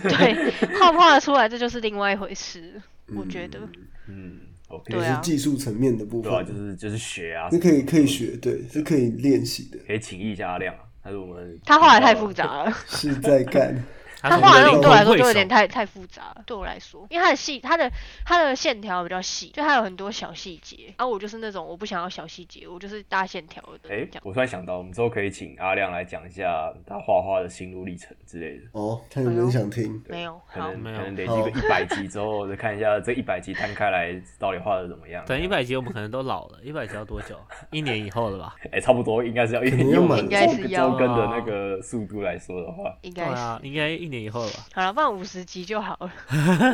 Speaker 3: 对画不画得出来，这就是另外一回事。我觉得，
Speaker 4: 嗯，OK，
Speaker 3: 对
Speaker 2: 是
Speaker 3: 啊，嗯
Speaker 2: 技术层面的部
Speaker 4: 对啊，就
Speaker 2: 分，
Speaker 4: 是就是学啊，
Speaker 2: 是可以可以，学，对，是可以练习的，
Speaker 4: 可以请益一下阿亮啊，他是我们
Speaker 3: 他画的太复杂了，
Speaker 2: 是在干。
Speaker 3: 他
Speaker 1: 是
Speaker 3: 画的
Speaker 1: 你的灵
Speaker 3: 那种对我来
Speaker 1: 魂
Speaker 3: 说
Speaker 1: 会
Speaker 3: 就有
Speaker 1: 手
Speaker 3: 点太太复杂了，对我来说，因为他的细，他的他的线条比较细，就他有很多小细节，然后我就是那种我不想要小细节，我就是大线条的这
Speaker 4: 哎
Speaker 3: 样。，
Speaker 4: 我突然想到，我们之后可以请阿亮来讲一下他画画的心路历程之类的。
Speaker 2: 哦，看有没有人想听。
Speaker 4: 对
Speaker 3: 没有
Speaker 4: 可
Speaker 3: 好
Speaker 4: 能
Speaker 1: 没有
Speaker 4: 可能累积个一百集之后，再看一下这一百集摊开来到底画的怎么样。
Speaker 1: 等一，百集我们可能都老了，一百集要多久？ 一年以后了吧？
Speaker 4: 哎，差不多应该是要一
Speaker 2: 可能要
Speaker 4: 用
Speaker 2: 满
Speaker 4: 周
Speaker 2: 应
Speaker 3: 该是要啊
Speaker 4: 周更的那个速度来说的话，
Speaker 3: 应
Speaker 1: 对
Speaker 3: 该是、
Speaker 1: 啊，应该一年以后了吧？
Speaker 3: 好了，不然五十集就好了。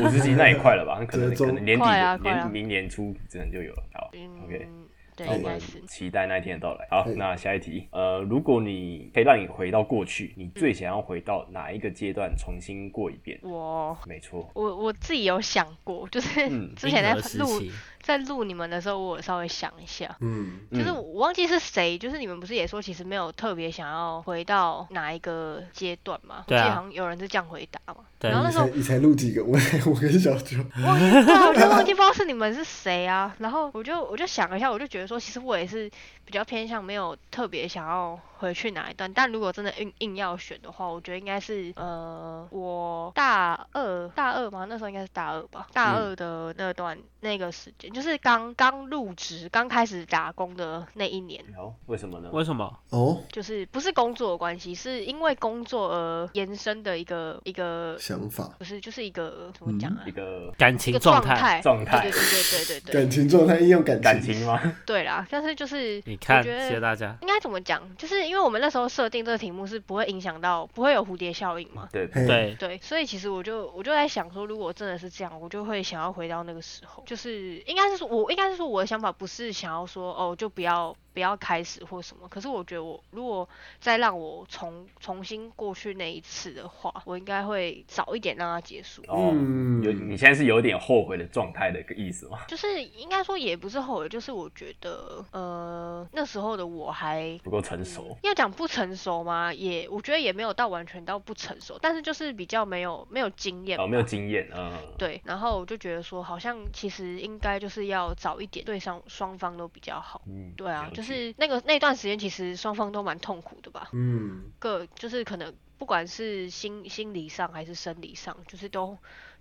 Speaker 4: 五十集那也快了吧？可能
Speaker 2: 折中
Speaker 4: 可能年底
Speaker 3: 快啊快啊
Speaker 4: 年明年初可能就有了。好，OK。
Speaker 3: 嗯，对，
Speaker 4: 那我
Speaker 3: 应该
Speaker 4: 们
Speaker 3: 是
Speaker 4: 期待那一天的到来。好
Speaker 2: 嗯，
Speaker 4: 那下一题，呃，如果你可以让你回到过去，你
Speaker 3: 嗯
Speaker 4: 最想要回到哪一个阶段重新过一遍？
Speaker 3: 我。
Speaker 4: 没错，
Speaker 3: 我我自己有想过，就是
Speaker 4: 嗯
Speaker 3: 之前在
Speaker 1: 婴儿时
Speaker 3: 录、
Speaker 1: 期
Speaker 3: 在录你们的时候，我有稍微想一下，
Speaker 2: 嗯，
Speaker 3: 就是
Speaker 4: 嗯
Speaker 3: 我忘记是谁，就是你们不是也说其实没有特别想要回到哪一个阶段嘛？
Speaker 1: 对啊
Speaker 3: 我记得好像有人是这样回答嘛。
Speaker 1: 对
Speaker 3: 然后那
Speaker 2: 你
Speaker 3: 时候
Speaker 2: 才你才录几个？我我跟小九，
Speaker 3: 忘记，对啊，我就忘记不知道是你们是谁啊。然后我就我就想了一下，我就觉得说，其实我也是比较偏向没有特别想要回去哪一段。但如果真的硬硬要选的话，我觉得应该是呃，我大二大二嘛，那时候应该是大二吧，大二的那段、那个时间，就是刚刚入职、刚开始打工的那一年。
Speaker 4: 好，为什么呢？
Speaker 1: 为什么？
Speaker 2: 哦，
Speaker 3: 就是不是工作的关系，是因为工作而延伸的一个一个，
Speaker 2: 想法、
Speaker 3: 不是就是一个怎么讲啊？
Speaker 4: 嗯一个
Speaker 1: 感
Speaker 3: 一
Speaker 1: 情
Speaker 3: 个
Speaker 1: 状态，
Speaker 3: 态，
Speaker 4: 状态
Speaker 3: 对对对对对哎对对。
Speaker 2: 感情状态应用感
Speaker 4: 感
Speaker 2: 情，
Speaker 4: 情吗？
Speaker 3: 对啦，但是就是
Speaker 1: 你看，
Speaker 3: 我觉
Speaker 1: 谢谢
Speaker 3: 得
Speaker 1: 大家。
Speaker 3: 应该怎么讲，就是因为我们那时候设定这个题目是不会影响到，不会有蝴蝶效应嘛。
Speaker 4: 对，
Speaker 2: 嘿，嗯
Speaker 1: 对，
Speaker 3: 对，所以其实我就我就在想说，如果真的是这样，我就会想要回到那个时候，就是应该是说，我应该是说我的想法不是想要说哦，就不要不要开始或什么。可是我觉得我如果再让我重重新过去那一次的话，我应该会早一点让它结束。
Speaker 4: 哦，
Speaker 2: 嗯
Speaker 4: 有你现在是有点后悔的状态的一个意思吗？
Speaker 3: 就是应该说也不是后悔，就是我觉得呃那时候的我还
Speaker 4: 不够成熟，
Speaker 3: 嗯要讲不成熟吗？也我觉得也没有到完全到不成熟，但是就是比较没有没有经验吧，
Speaker 4: 哦，没有经验，嗯，
Speaker 3: 对。然后我就觉得说，好像其实应该就是要早一点，对上双方都比较好。
Speaker 4: 嗯，
Speaker 3: 对啊
Speaker 4: 了，解
Speaker 3: 就是那个那段时间，其实双方都蛮痛苦的吧，
Speaker 2: 嗯，
Speaker 3: 各就是可能不管是心心理上还是生理上，就是都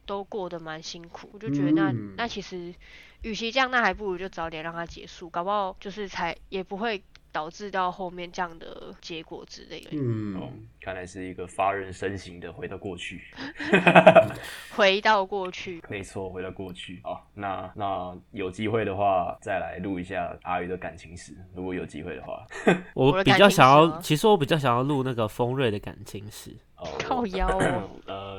Speaker 3: 都过得蛮辛苦。我就觉得那、
Speaker 2: 嗯
Speaker 3: 那其实，与其这样，那还不如就早点让它结束，搞不好就是才也不会导致到后面这样的结果之类的。
Speaker 4: 哦
Speaker 2: 嗯，，
Speaker 4: 看来是一个发人深省的回到过去，
Speaker 3: 回到过去，
Speaker 4: 没错，回到过去。好，那那有机会的话，再来录一下阿鱼的感情史，如果有机会的话，
Speaker 3: 我
Speaker 1: 我
Speaker 3: 的
Speaker 1: 比
Speaker 3: 感
Speaker 1: 较
Speaker 3: 情
Speaker 1: 想
Speaker 3: 史
Speaker 1: 要，
Speaker 3: 吗
Speaker 1: 其实我比较想要录那个丰瑞的感情史，
Speaker 4: 哦，
Speaker 3: 靠腰哦。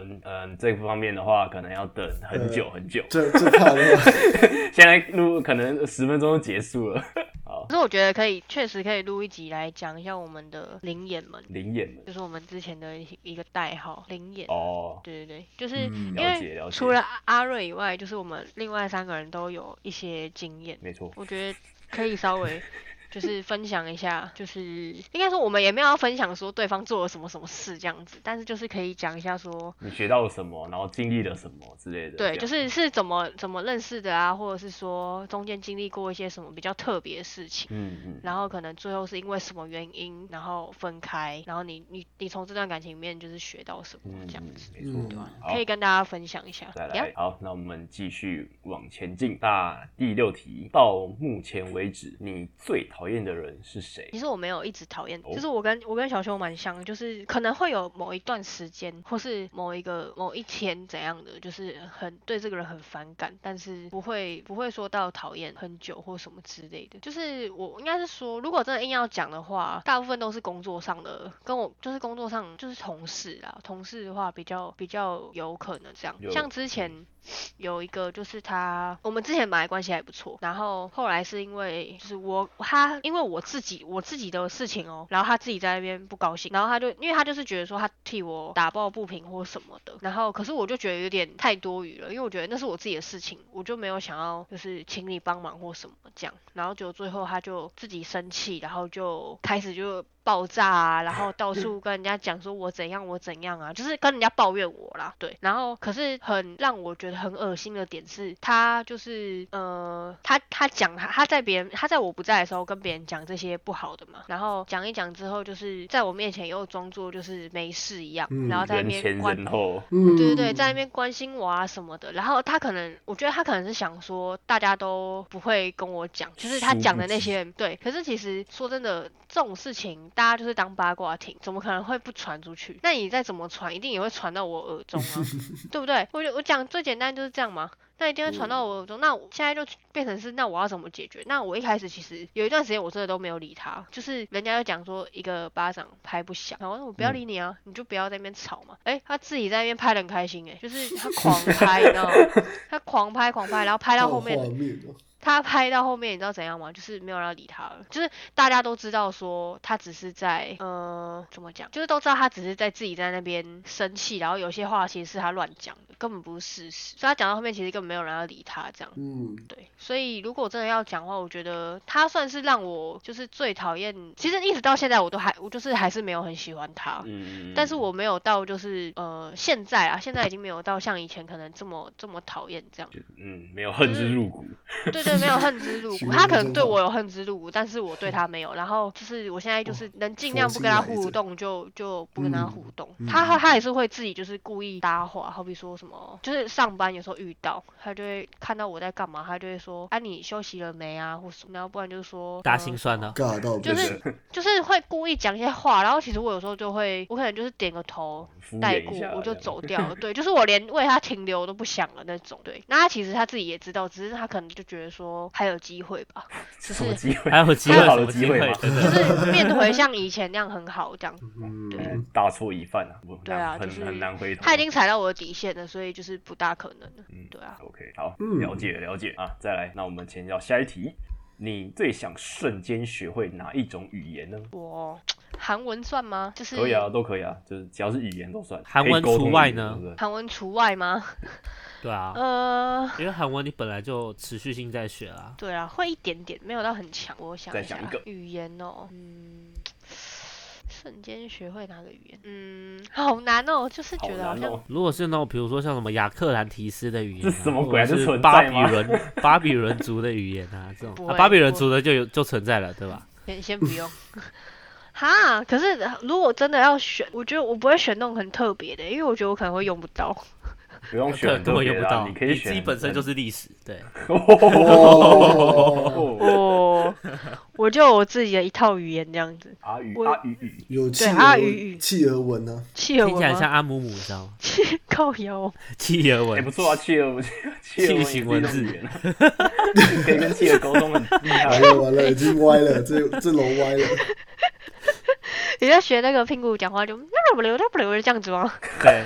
Speaker 4: 嗯嗯，这方面的话，可能要等很久
Speaker 3: 嗯
Speaker 4: 很久。
Speaker 2: 这这怕的话，
Speaker 4: 现在录可能十分钟就结束了。好，
Speaker 3: 可是我觉得可以，确实可以录一集来讲一下我们的灵眼们，
Speaker 4: 灵眼们
Speaker 3: 就是我们之前的一一个代号灵眼。
Speaker 4: 哦，
Speaker 3: 对对对，就是
Speaker 2: 嗯
Speaker 3: 因
Speaker 4: 了解
Speaker 3: 为
Speaker 4: 了解
Speaker 3: 除了阿阿瑞以外，就是我们另外三个人都有一些经验，
Speaker 4: 没错，
Speaker 3: 我觉得可以稍微就是分享一下，就是应该说我们也没有要分享说对方做了什么什么事这样子，但是就是可以讲一下说，
Speaker 4: 你学到了什么，然后经历了什么之类的。
Speaker 3: 对，
Speaker 4: 这样
Speaker 3: 就是是怎么怎么认识的啊，或者是说中间经历过一些什么比较特别的事情。
Speaker 4: 嗯嗯，
Speaker 3: 然后可能最后是因为什么原因，然后分开，然后你你你从这段感情里面就是学到什么
Speaker 4: 嗯
Speaker 3: 这样子，
Speaker 4: 嗯没错
Speaker 2: 嗯
Speaker 4: 好
Speaker 3: 啊可以跟大家分享一下。
Speaker 4: 再
Speaker 3: 呀
Speaker 4: 来，好，那我们继续往前进。那第六题，到目前为止，你最讨厌的人是谁
Speaker 3: 其？实我没有一直讨厌，
Speaker 4: 哦
Speaker 3: 就是我跟我跟小熊蛮像，就是可能会有某一段时间，或是某一个某一天怎样的，就是很对这个人很反感，但是不会不会说到讨厌很久或什么之类的。就是我应该是说，如果真的硬要讲的话，大部分都是工作上的，跟我就是工作上就是同事啦，同事的话比较比较有可能这样
Speaker 4: 有。
Speaker 3: 像之前有一个就是他，我们之前本来关系还不错，然后后来是因为就是我他因为我自己我自己的事情哦，然后他自己在那边不高兴，然后他就因为他就是觉得说他替我打抱不平或什么的，然后可是我就觉得有点太多余了，因为我觉得那是我自己的事情，我就没有想要就是请你帮忙或什么这样，然后结果最后他就自己生气，然后就开始就爆炸啊，然 后到处跟人家讲说我怎样我怎样啊，就是跟人家抱怨我啦，对。然后可是很让我觉得很恶心的点是，他就是呃，他他讲他他在别人他在我不在的时候跟别人讲这些不好的嘛，然后讲一讲之后，就是在我面前又装作就是没事一样，
Speaker 2: 嗯
Speaker 3: 然后在那
Speaker 4: 人
Speaker 3: 边
Speaker 4: 前
Speaker 3: 关
Speaker 4: 人后，
Speaker 2: 嗯，
Speaker 3: 对对对，在那边关心我啊什么的。然后他可能，我觉得他可能是想说，大家都不会跟我讲，就是他
Speaker 4: 殊
Speaker 3: 讲
Speaker 4: 不
Speaker 3: 的那
Speaker 4: 知
Speaker 3: 些人，对。可是其实说真的，这种事情大家就是当八卦听，怎么可能会不传出去？那你再怎么传，一定也会传到我耳 中啊，对不对？我就我讲最简单就是这样嘛。那一定会传到我耳中，那我现在就变成是，那我要怎么解决？那我一开始其实有一段时间我真的都没有理他，就是人家就讲说一个巴掌拍不响，然后我不要理你啊，你就不要在那边吵嘛。哎、他自己在那边拍的很开心、哎，就是他狂拍，你知道吗？他狂拍狂拍，然后拍到
Speaker 2: 好
Speaker 3: 后面
Speaker 2: 画面哦，
Speaker 3: 他拍到后面，你知道怎样吗？就是没有人要理他了，就是大家都知道说他只是在呃怎么讲，就是都知道他只是在自己在那边生气，然后有些话其实是他乱讲的，根本不是事实。所以他讲到后面，其实根本没有人要理他这样。
Speaker 2: 嗯，
Speaker 3: 对，所以如果真的要讲的话，我觉得他算是让我就是最讨厌。其实一直到现在，我都还我就是还是没有很喜欢他。
Speaker 4: 嗯，
Speaker 3: 但是我没有到，就是呃，现在啊，现在已经没有到像以前可能这么这么讨厌这样。
Speaker 4: 嗯没有恨之入骨，
Speaker 3: 对对，没有恨之入
Speaker 2: 询
Speaker 3: 骨，
Speaker 2: 问
Speaker 3: 他
Speaker 2: 过
Speaker 3: 可
Speaker 2: 这
Speaker 3: 能对
Speaker 2: 种
Speaker 3: 我有恨之入骨，但是我对他没有。然后就是我现在就是能尽
Speaker 2: 哦佛
Speaker 3: 量不
Speaker 2: 系
Speaker 3: 跟他
Speaker 2: 来着
Speaker 3: 互动就，就不跟他
Speaker 2: 嗯
Speaker 3: 互动。
Speaker 2: 嗯
Speaker 3: 他他也是会自己就是故意搭话，好比说什么，就是上班有时候遇到他就会看到我在干嘛，他就会说啊你休息了没啊或什么，然后不然就是说
Speaker 1: 打
Speaker 3: 呃
Speaker 1: 心酸哦呢、
Speaker 2: 尬到不
Speaker 3: 就
Speaker 2: 行
Speaker 3: 是就是会故意讲一些话，然后其实我有时候就会，我可能就是点个头
Speaker 4: 敷衍
Speaker 3: 带
Speaker 4: 一
Speaker 3: 过
Speaker 4: 下，
Speaker 3: 我就
Speaker 4: 这样
Speaker 3: 走掉了。 对，就是我连为他停留都不想了那种。对，那他其实他自己也知道，只是他可能就觉得说还有机会 吧，
Speaker 4: 是什么机会？
Speaker 1: 还有 机会，
Speaker 4: 嗯还有好
Speaker 1: 什
Speaker 4: 的
Speaker 1: 么
Speaker 4: 机会吗
Speaker 1: 真
Speaker 3: 就
Speaker 1: 的。
Speaker 3: 是面回像以前那样很好这样。对
Speaker 2: 嗯，
Speaker 4: 大错一犯啊，我
Speaker 3: 对啊
Speaker 4: 很
Speaker 3: 就是
Speaker 4: 很难回头。
Speaker 3: 他已经踩到我的底线了，所以就是不大可能了。对啊，
Speaker 4: OK，好，
Speaker 2: 嗯
Speaker 4: 了解了解啊。再来，那我们前要下一题，你最想瞬间学会哪一种语言呢？
Speaker 3: 我韩文算吗？就是
Speaker 4: 可以啊，都可以啊，就是只要是语言都算。
Speaker 1: 韩文
Speaker 4: 可以沟通
Speaker 1: 除外
Speaker 4: 语言
Speaker 1: 呢
Speaker 4: 对不对？
Speaker 3: 韩文除外吗？
Speaker 1: 对啊，
Speaker 3: 呃，
Speaker 1: 因为韩文你本来就持续性在学啦。
Speaker 3: 对啊，会一点点，没有到很强。我想
Speaker 4: 再
Speaker 3: 下
Speaker 4: 想一个
Speaker 3: 语言哦，嗯，瞬间学会哪个语言？嗯，好难哦，就是
Speaker 4: 好
Speaker 3: 觉得好
Speaker 4: 难
Speaker 3: 像、
Speaker 4: 哦，
Speaker 1: 如果是那种比如说像什么雅克兰提斯的语言、啊，
Speaker 4: 这什么鬼啊
Speaker 1: 或者
Speaker 4: 这
Speaker 1: 是
Speaker 4: 存
Speaker 1: 巴
Speaker 4: 在
Speaker 1: 比
Speaker 4: 吗
Speaker 1: 伦巴比伦族的语言啊，这种、
Speaker 3: 不
Speaker 1: 啊
Speaker 3: 会
Speaker 1: 巴比伦
Speaker 3: 不
Speaker 1: 族的就有就存在了，对吧？
Speaker 3: 先先不用。 哈，可是如果真的要选，我觉得我不会选那种很特别的，因为我觉得我可能会用不到。
Speaker 4: 不用
Speaker 1: 可
Speaker 4: 选，
Speaker 1: 哦能根本用不
Speaker 4: 对啊
Speaker 1: 到，
Speaker 4: 你可以选
Speaker 1: 自己本身就是历史，对，
Speaker 2: 哦，
Speaker 3: 我 我就有我自己的一套语言这样子，
Speaker 4: 阿语
Speaker 3: 我
Speaker 4: 阿语语，
Speaker 2: 有企
Speaker 3: 对阿
Speaker 2: 鹅
Speaker 3: 语语
Speaker 2: 企鹅文啊呢，
Speaker 3: 企鹅
Speaker 1: 听
Speaker 3: 文
Speaker 1: 起来 像
Speaker 3: 吗？
Speaker 1: 阿姆姆，你知道吗？
Speaker 3: 靠腰，
Speaker 1: 企鹅
Speaker 4: 哎，
Speaker 1: 文
Speaker 4: 不，错啊，企鹅企鹅
Speaker 1: 器型文字
Speaker 4: 也是一种语言可以跟企鹅沟通很厉害
Speaker 2: 哎。呀，完了，已经歪了，这这楼歪了，
Speaker 3: 人家学那个屁股讲话就那不溜那不溜就这样子吗？
Speaker 1: 对。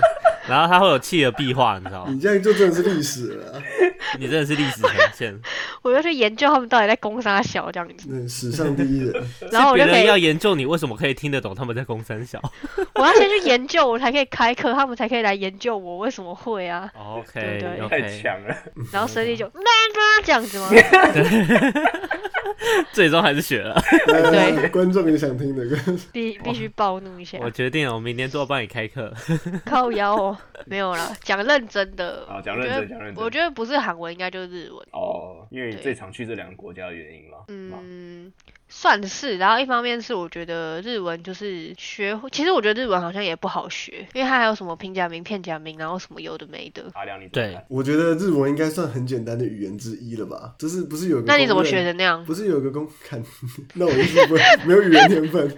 Speaker 1: 然后它会有企鹅壁画，你知道吗？
Speaker 2: 你这样就真的是历史了啊，
Speaker 1: 你真的是历史呈现，
Speaker 3: 我要去研究他们到底在攻啥小这样子，
Speaker 2: 那史上第一 人，
Speaker 3: 然后
Speaker 1: 是
Speaker 3: 我就
Speaker 1: 别
Speaker 3: 可
Speaker 1: 人
Speaker 3: 以
Speaker 1: 要研究你为什么可以听得懂他们在公 三小。
Speaker 3: 我要先去研究，我才可以开课，他们才可以来研究我为什么会啊。
Speaker 2: 哦
Speaker 1: OK
Speaker 3: 对
Speaker 4: 太
Speaker 1: OK，
Speaker 4: 强了，
Speaker 3: 然后神力就那那这样子吗？
Speaker 1: 最终还是学了。
Speaker 3: 对，
Speaker 2: 观众也想听的，
Speaker 3: 必必须暴怒一下，
Speaker 1: 我决定了，我明天都要帮你开课。
Speaker 3: 靠腰哦，没有啦，讲认真 的，
Speaker 4: 好啊讲认真讲认真
Speaker 3: 我觉得不是韩文，应该就是日文，
Speaker 4: 哦，因为你
Speaker 3: 对
Speaker 4: 最常去这两个国家的原因嘛。嘛，
Speaker 3: 嗯，算是。然后一方面是我觉得日文就是学会，其实我觉得日文好像也不好学，因为它还有什么平假名、片假名，然后什么有的没的。
Speaker 4: 阿良你怎么
Speaker 1: 对
Speaker 4: 看？
Speaker 2: 我觉得日文应该算很简单的语言之一了吧？就是不是有个
Speaker 3: 那你怎么
Speaker 2: 公
Speaker 3: 学
Speaker 2: 认
Speaker 3: 的那样？
Speaker 2: 不是有个公 看？那我就是不没有语言天分。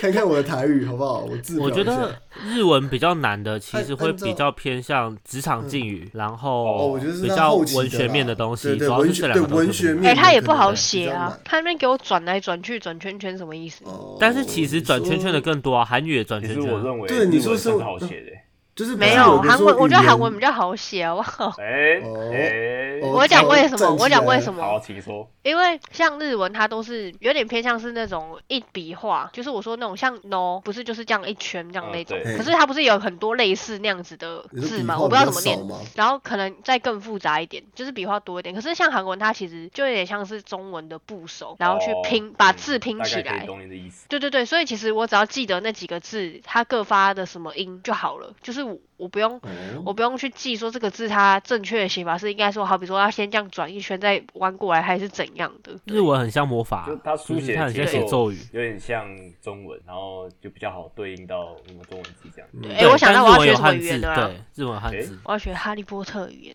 Speaker 2: 看看我的台语好不好？我自
Speaker 1: 我
Speaker 2: 表
Speaker 1: 觉
Speaker 2: 一下
Speaker 1: 得日文比较难的，其实
Speaker 3: 哎
Speaker 1: 会
Speaker 2: 按照
Speaker 1: 比较偏向职场敬语，然
Speaker 2: 哦，
Speaker 1: 后
Speaker 2: 我觉得是
Speaker 1: 比
Speaker 2: 他
Speaker 1: 较
Speaker 2: 后期
Speaker 1: 文
Speaker 2: 的
Speaker 1: 学
Speaker 2: 啦
Speaker 1: 面的东西
Speaker 2: 对对，
Speaker 1: 主要
Speaker 2: 文
Speaker 1: 是这
Speaker 2: 学
Speaker 1: 两
Speaker 2: 对
Speaker 1: 个东西
Speaker 2: 文
Speaker 1: 不
Speaker 2: 学
Speaker 1: 同
Speaker 2: 面
Speaker 3: 哎、
Speaker 2: 的
Speaker 3: 它也
Speaker 2: 可
Speaker 3: 不
Speaker 2: 能
Speaker 3: 好
Speaker 2: 比
Speaker 3: 写
Speaker 2: 较
Speaker 3: 啊
Speaker 2: 难！
Speaker 3: 它那边给我转来转去、转圈圈，什么意思？
Speaker 2: 哦
Speaker 1: 但是其实转圈圈的
Speaker 2: 你说
Speaker 1: 更多啊，韩语也转
Speaker 4: 其
Speaker 1: 圈
Speaker 4: 实
Speaker 1: 圈
Speaker 4: 我
Speaker 1: 啊。
Speaker 4: 认为
Speaker 2: 对你
Speaker 4: 日文
Speaker 2: 说是
Speaker 4: 算是好写的欸。
Speaker 2: 就是不是
Speaker 3: 没
Speaker 2: 有
Speaker 3: 有啊
Speaker 2: 个
Speaker 3: 韩
Speaker 2: 说
Speaker 3: 文，我
Speaker 2: 语
Speaker 3: 觉得
Speaker 2: 言
Speaker 3: 韩文比较好写，好不好？
Speaker 4: 哎
Speaker 2: 哦
Speaker 4: 哎，
Speaker 2: 哦
Speaker 3: 我讲为什
Speaker 2: 站
Speaker 3: 么？
Speaker 2: 起
Speaker 3: 我讲为
Speaker 2: 来
Speaker 3: 什么？
Speaker 4: 好，请说。
Speaker 3: 因为像日文，它都是有点偏向是那种一笔画，就是我说那种像 no，不是就是这样一圈这样
Speaker 4: 嗯
Speaker 3: 那种。
Speaker 4: 对
Speaker 3: 可是它不是有很多类似那样子的
Speaker 2: 你说
Speaker 3: 字
Speaker 2: 笔
Speaker 3: 吗？
Speaker 2: 画
Speaker 3: 我不知道
Speaker 2: 比
Speaker 3: 怎
Speaker 2: 较
Speaker 3: 么念
Speaker 2: 少。吗
Speaker 3: 然后可能再更复杂一点，就是笔画多一点。可是像韩文，它其实就有点像是中文的部首，然后去
Speaker 4: 哦
Speaker 3: 拼、把
Speaker 4: 嗯
Speaker 3: 字拼
Speaker 4: 大
Speaker 3: 起
Speaker 4: 概可
Speaker 3: 来
Speaker 4: 以。懂你的意思。
Speaker 3: 对对对，所以其实我只要记得那几个字，它各发的什么音就好了，就是我我不用
Speaker 2: 哦
Speaker 3: 我不用去记说这个字它正确的写法是应该说，好比说要先这样转一圈再弯过来，还是怎样的？
Speaker 1: 日文很像魔法
Speaker 4: 就，它书
Speaker 1: 就是
Speaker 4: 写
Speaker 1: 它很像
Speaker 4: 节
Speaker 1: 写
Speaker 4: 奏
Speaker 1: 咒语。
Speaker 4: 有点像中文，然后就比较好对应到我们中文字这样。
Speaker 2: 嗯
Speaker 3: 哎、
Speaker 1: 对
Speaker 3: 我想
Speaker 1: 但
Speaker 3: 到我要
Speaker 1: 日文
Speaker 3: 学
Speaker 1: 有
Speaker 3: 什么
Speaker 1: 汉
Speaker 3: 语
Speaker 1: 字，
Speaker 3: 言了、啊。
Speaker 1: 对，日文汉
Speaker 4: 哎
Speaker 1: 字。
Speaker 3: 我要学哈利波特语言。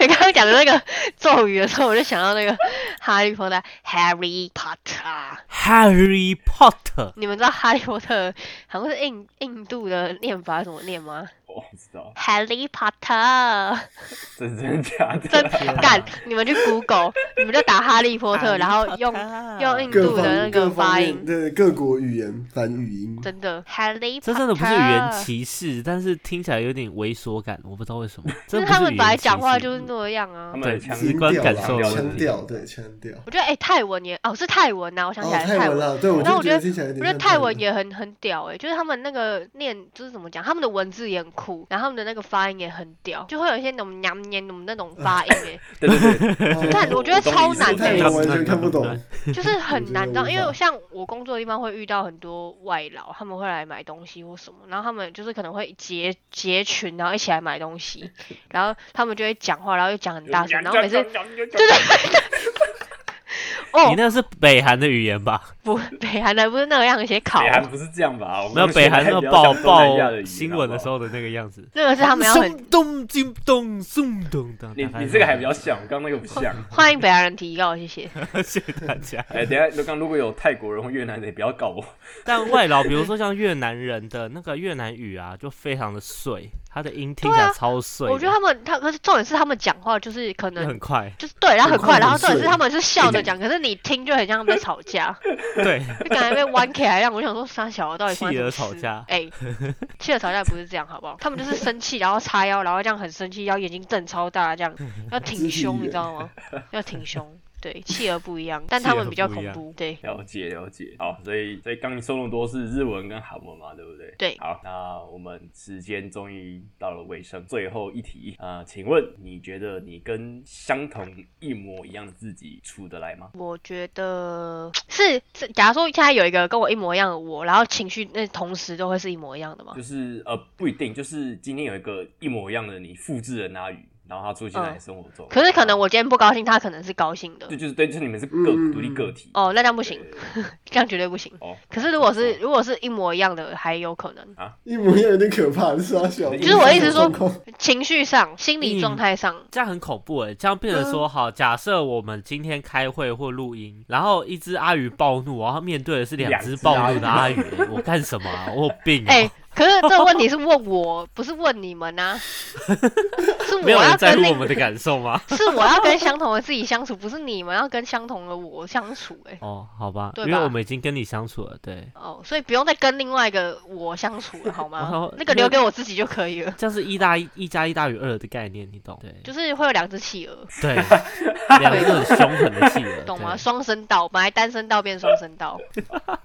Speaker 3: 你刚刚讲的那个咒语的时候，我就想到那个哈利波特 （Harry Potter）。
Speaker 1: Harry Potter，
Speaker 3: 你们知道哈利波特好像是印印度的念法怎么念吗
Speaker 4: 我不哦知道，
Speaker 3: ？Harry Potter，
Speaker 4: 这是真的假的？
Speaker 3: 真
Speaker 1: 啊
Speaker 3: 干！你们去 Google，你们就打哈利波特，然后用用印
Speaker 2: 各
Speaker 3: 度的那
Speaker 2: 方
Speaker 3: 个
Speaker 2: 各方
Speaker 3: 发
Speaker 2: 面
Speaker 3: 音，
Speaker 2: 对各国语言反语音，
Speaker 3: 真的 Harry Potter，
Speaker 1: 这真的不是语言歧视，但是听起来有点猥琐感，我不知道为什 么。这
Speaker 3: 就是
Speaker 1: 不
Speaker 3: 他们
Speaker 1: 语
Speaker 3: 本来
Speaker 1: 言歧
Speaker 3: 讲话
Speaker 1: 视
Speaker 3: 就是那样啊
Speaker 4: 他。们的
Speaker 1: 对
Speaker 4: 腔
Speaker 1: 直
Speaker 2: 音
Speaker 1: 观
Speaker 2: 调
Speaker 1: 感
Speaker 2: 啦
Speaker 1: 受的问
Speaker 2: 腔
Speaker 1: 题
Speaker 2: 调对腔调。
Speaker 3: 我觉得哎、泰文也哦是泰文呐、我想
Speaker 2: 哦
Speaker 3: 起来，
Speaker 2: 泰
Speaker 3: 泰
Speaker 2: 文。啦，对我
Speaker 3: 然
Speaker 2: 就
Speaker 3: 后我觉
Speaker 2: 觉得
Speaker 3: 得
Speaker 2: 听起来有点
Speaker 3: 我觉
Speaker 2: 像
Speaker 3: 得泰
Speaker 2: 泰
Speaker 3: 文也很很屌哎、就是他们那个念就是怎么讲，他们的文字也很酷，然后他们的那个发音也很屌，就会有一些那种娘娘那种那种发音哎、
Speaker 4: 对对对，
Speaker 2: 哦
Speaker 3: 但我觉得
Speaker 4: 懂
Speaker 3: 超
Speaker 4: 意思
Speaker 3: 难
Speaker 4: 懂
Speaker 3: 的
Speaker 2: 泰
Speaker 4: 意
Speaker 2: 文
Speaker 4: 思
Speaker 2: 完全看不懂，
Speaker 3: 就是很
Speaker 2: 觉
Speaker 3: 难
Speaker 2: 得
Speaker 3: 到，
Speaker 2: 无
Speaker 3: 因
Speaker 2: 法
Speaker 3: 为像我工作的地方会遇到很多外劳，他们会来买东西或什么，然后他们就是可能会结结群，然后一起来买东西，然后他们就会讲话，然后就讲很大声，然后每次
Speaker 4: 对对，
Speaker 1: 你
Speaker 3: 哦
Speaker 1: 那是北韩的语言吧？
Speaker 3: 不， 北韩的不是那个样写考，
Speaker 4: 北韩不是这样吧？我们
Speaker 1: 没有北韩那
Speaker 4: 现在
Speaker 1: 个
Speaker 4: 比较
Speaker 1: 报
Speaker 4: 像东南亚
Speaker 1: 报
Speaker 4: 语
Speaker 1: 新闻的时，候的那个样子。
Speaker 3: 那个是他们要很
Speaker 1: 松咚金咚松咚当。
Speaker 4: 好不
Speaker 1: 大
Speaker 4: 好
Speaker 1: 概
Speaker 4: 你你
Speaker 1: 是
Speaker 4: 这个还比较像，刚刚那个不像。
Speaker 3: 欢迎北韩人提高，谢谢。
Speaker 1: 谢谢大家。
Speaker 4: 哎，等一下，刚如果有泰国人或越南人，也不要搞我。
Speaker 1: 但外劳，比如说像越南人的那个越南语啊，就非常的碎，它的音听起来超碎的，
Speaker 3: 啊我觉得他们他可是重点是他们讲话就是可
Speaker 1: 就
Speaker 3: 能
Speaker 1: 很快。
Speaker 3: 就是对，然后很
Speaker 2: 很快
Speaker 3: 快，然
Speaker 2: 很
Speaker 3: 后重点是
Speaker 2: 碎
Speaker 3: 他们是笑着讲，可是你听就很像他们在吵架。
Speaker 1: 对，
Speaker 3: 就感觉被弯起来，让我想说傻小的到底关
Speaker 1: 气
Speaker 3: 什么
Speaker 1: 得
Speaker 3: 事
Speaker 1: 吵架
Speaker 3: 哎、气得吵架不是这样好不好？ 他们就是生气，然后叉腰，然后这样很生气，然后眼睛瞪超 大，这样要挺
Speaker 2: 肢体
Speaker 3: 胸，
Speaker 2: 语
Speaker 3: 你
Speaker 2: 言
Speaker 3: 知道吗？要挺胸。对，气而不一样，但他
Speaker 1: 气而
Speaker 3: 们比较
Speaker 1: 不一
Speaker 3: 恐
Speaker 1: 样
Speaker 3: 怖。对，
Speaker 4: 了解了解，好，所以所以刚你说那么多是日文跟韩文嘛，对不对？
Speaker 3: 对
Speaker 4: 好，那我们时间终于到了尾声，最后一题啊、呃请问你觉得你跟相同一模一样的自己处得来吗？
Speaker 3: 我觉得是是。假如说现在有一个跟我一模一样的我，然后情绪那同时都会是一模一样的吗
Speaker 4: 就？是呃不一定，就是今天有一个一模一样的你复制人阿宇，然后他出现在你
Speaker 3: 嗯
Speaker 4: 生活中，
Speaker 3: 可是可能我今天不高兴，他可能是高兴的
Speaker 4: 对，。就是对，就是你们是个
Speaker 2: 嗯
Speaker 4: 独立个体。
Speaker 3: 哦，那这样不
Speaker 4: 不
Speaker 3: 行，这样绝对不行。
Speaker 4: 哦，
Speaker 3: 可是如果是如果是一模一样的，还有可能
Speaker 2: 一模一样有点可怕，是吧？小
Speaker 4: 就是我一直
Speaker 3: 说
Speaker 2: 状况
Speaker 3: 情绪上、心理状
Speaker 1: 嗯
Speaker 3: 态上，
Speaker 1: 这样很恐怖哎，这样变成说好，假设我们今天开会或录音，然后一只阿鱼暴怒，然后面对的是两只暴怒的阿鱼，我干什么、啊？我有病
Speaker 4: 嗯
Speaker 1: 啊、
Speaker 3: 哎、
Speaker 4: 哦
Speaker 3: 可是这个问题是 问我，不是问你们呐、是我
Speaker 1: 没有
Speaker 3: 要
Speaker 1: 人在
Speaker 3: 跟
Speaker 1: 乎
Speaker 3: 另
Speaker 1: 我们的感受 吗？
Speaker 3: 是我要跟相同的自己相处，不是你们要跟相同的我相处、哎，
Speaker 1: 哦，好吧，
Speaker 3: 对
Speaker 1: 因为
Speaker 3: 吧
Speaker 1: 我们已经跟你相处了，对，
Speaker 3: 哦，所以不用再跟另外一个我相处了，好
Speaker 1: 然
Speaker 3: 吗
Speaker 1: 后？
Speaker 3: 那个
Speaker 1: 哦那
Speaker 3: 留给我自己就可以了。
Speaker 1: 这样是一大一一加一大于二的概念，你懂？对，
Speaker 3: 就是会有两只企鹅，
Speaker 1: 对，两个很凶狠的企鹅，
Speaker 3: 懂
Speaker 1: 对
Speaker 3: 吗？双声道，本来单声道变双声道。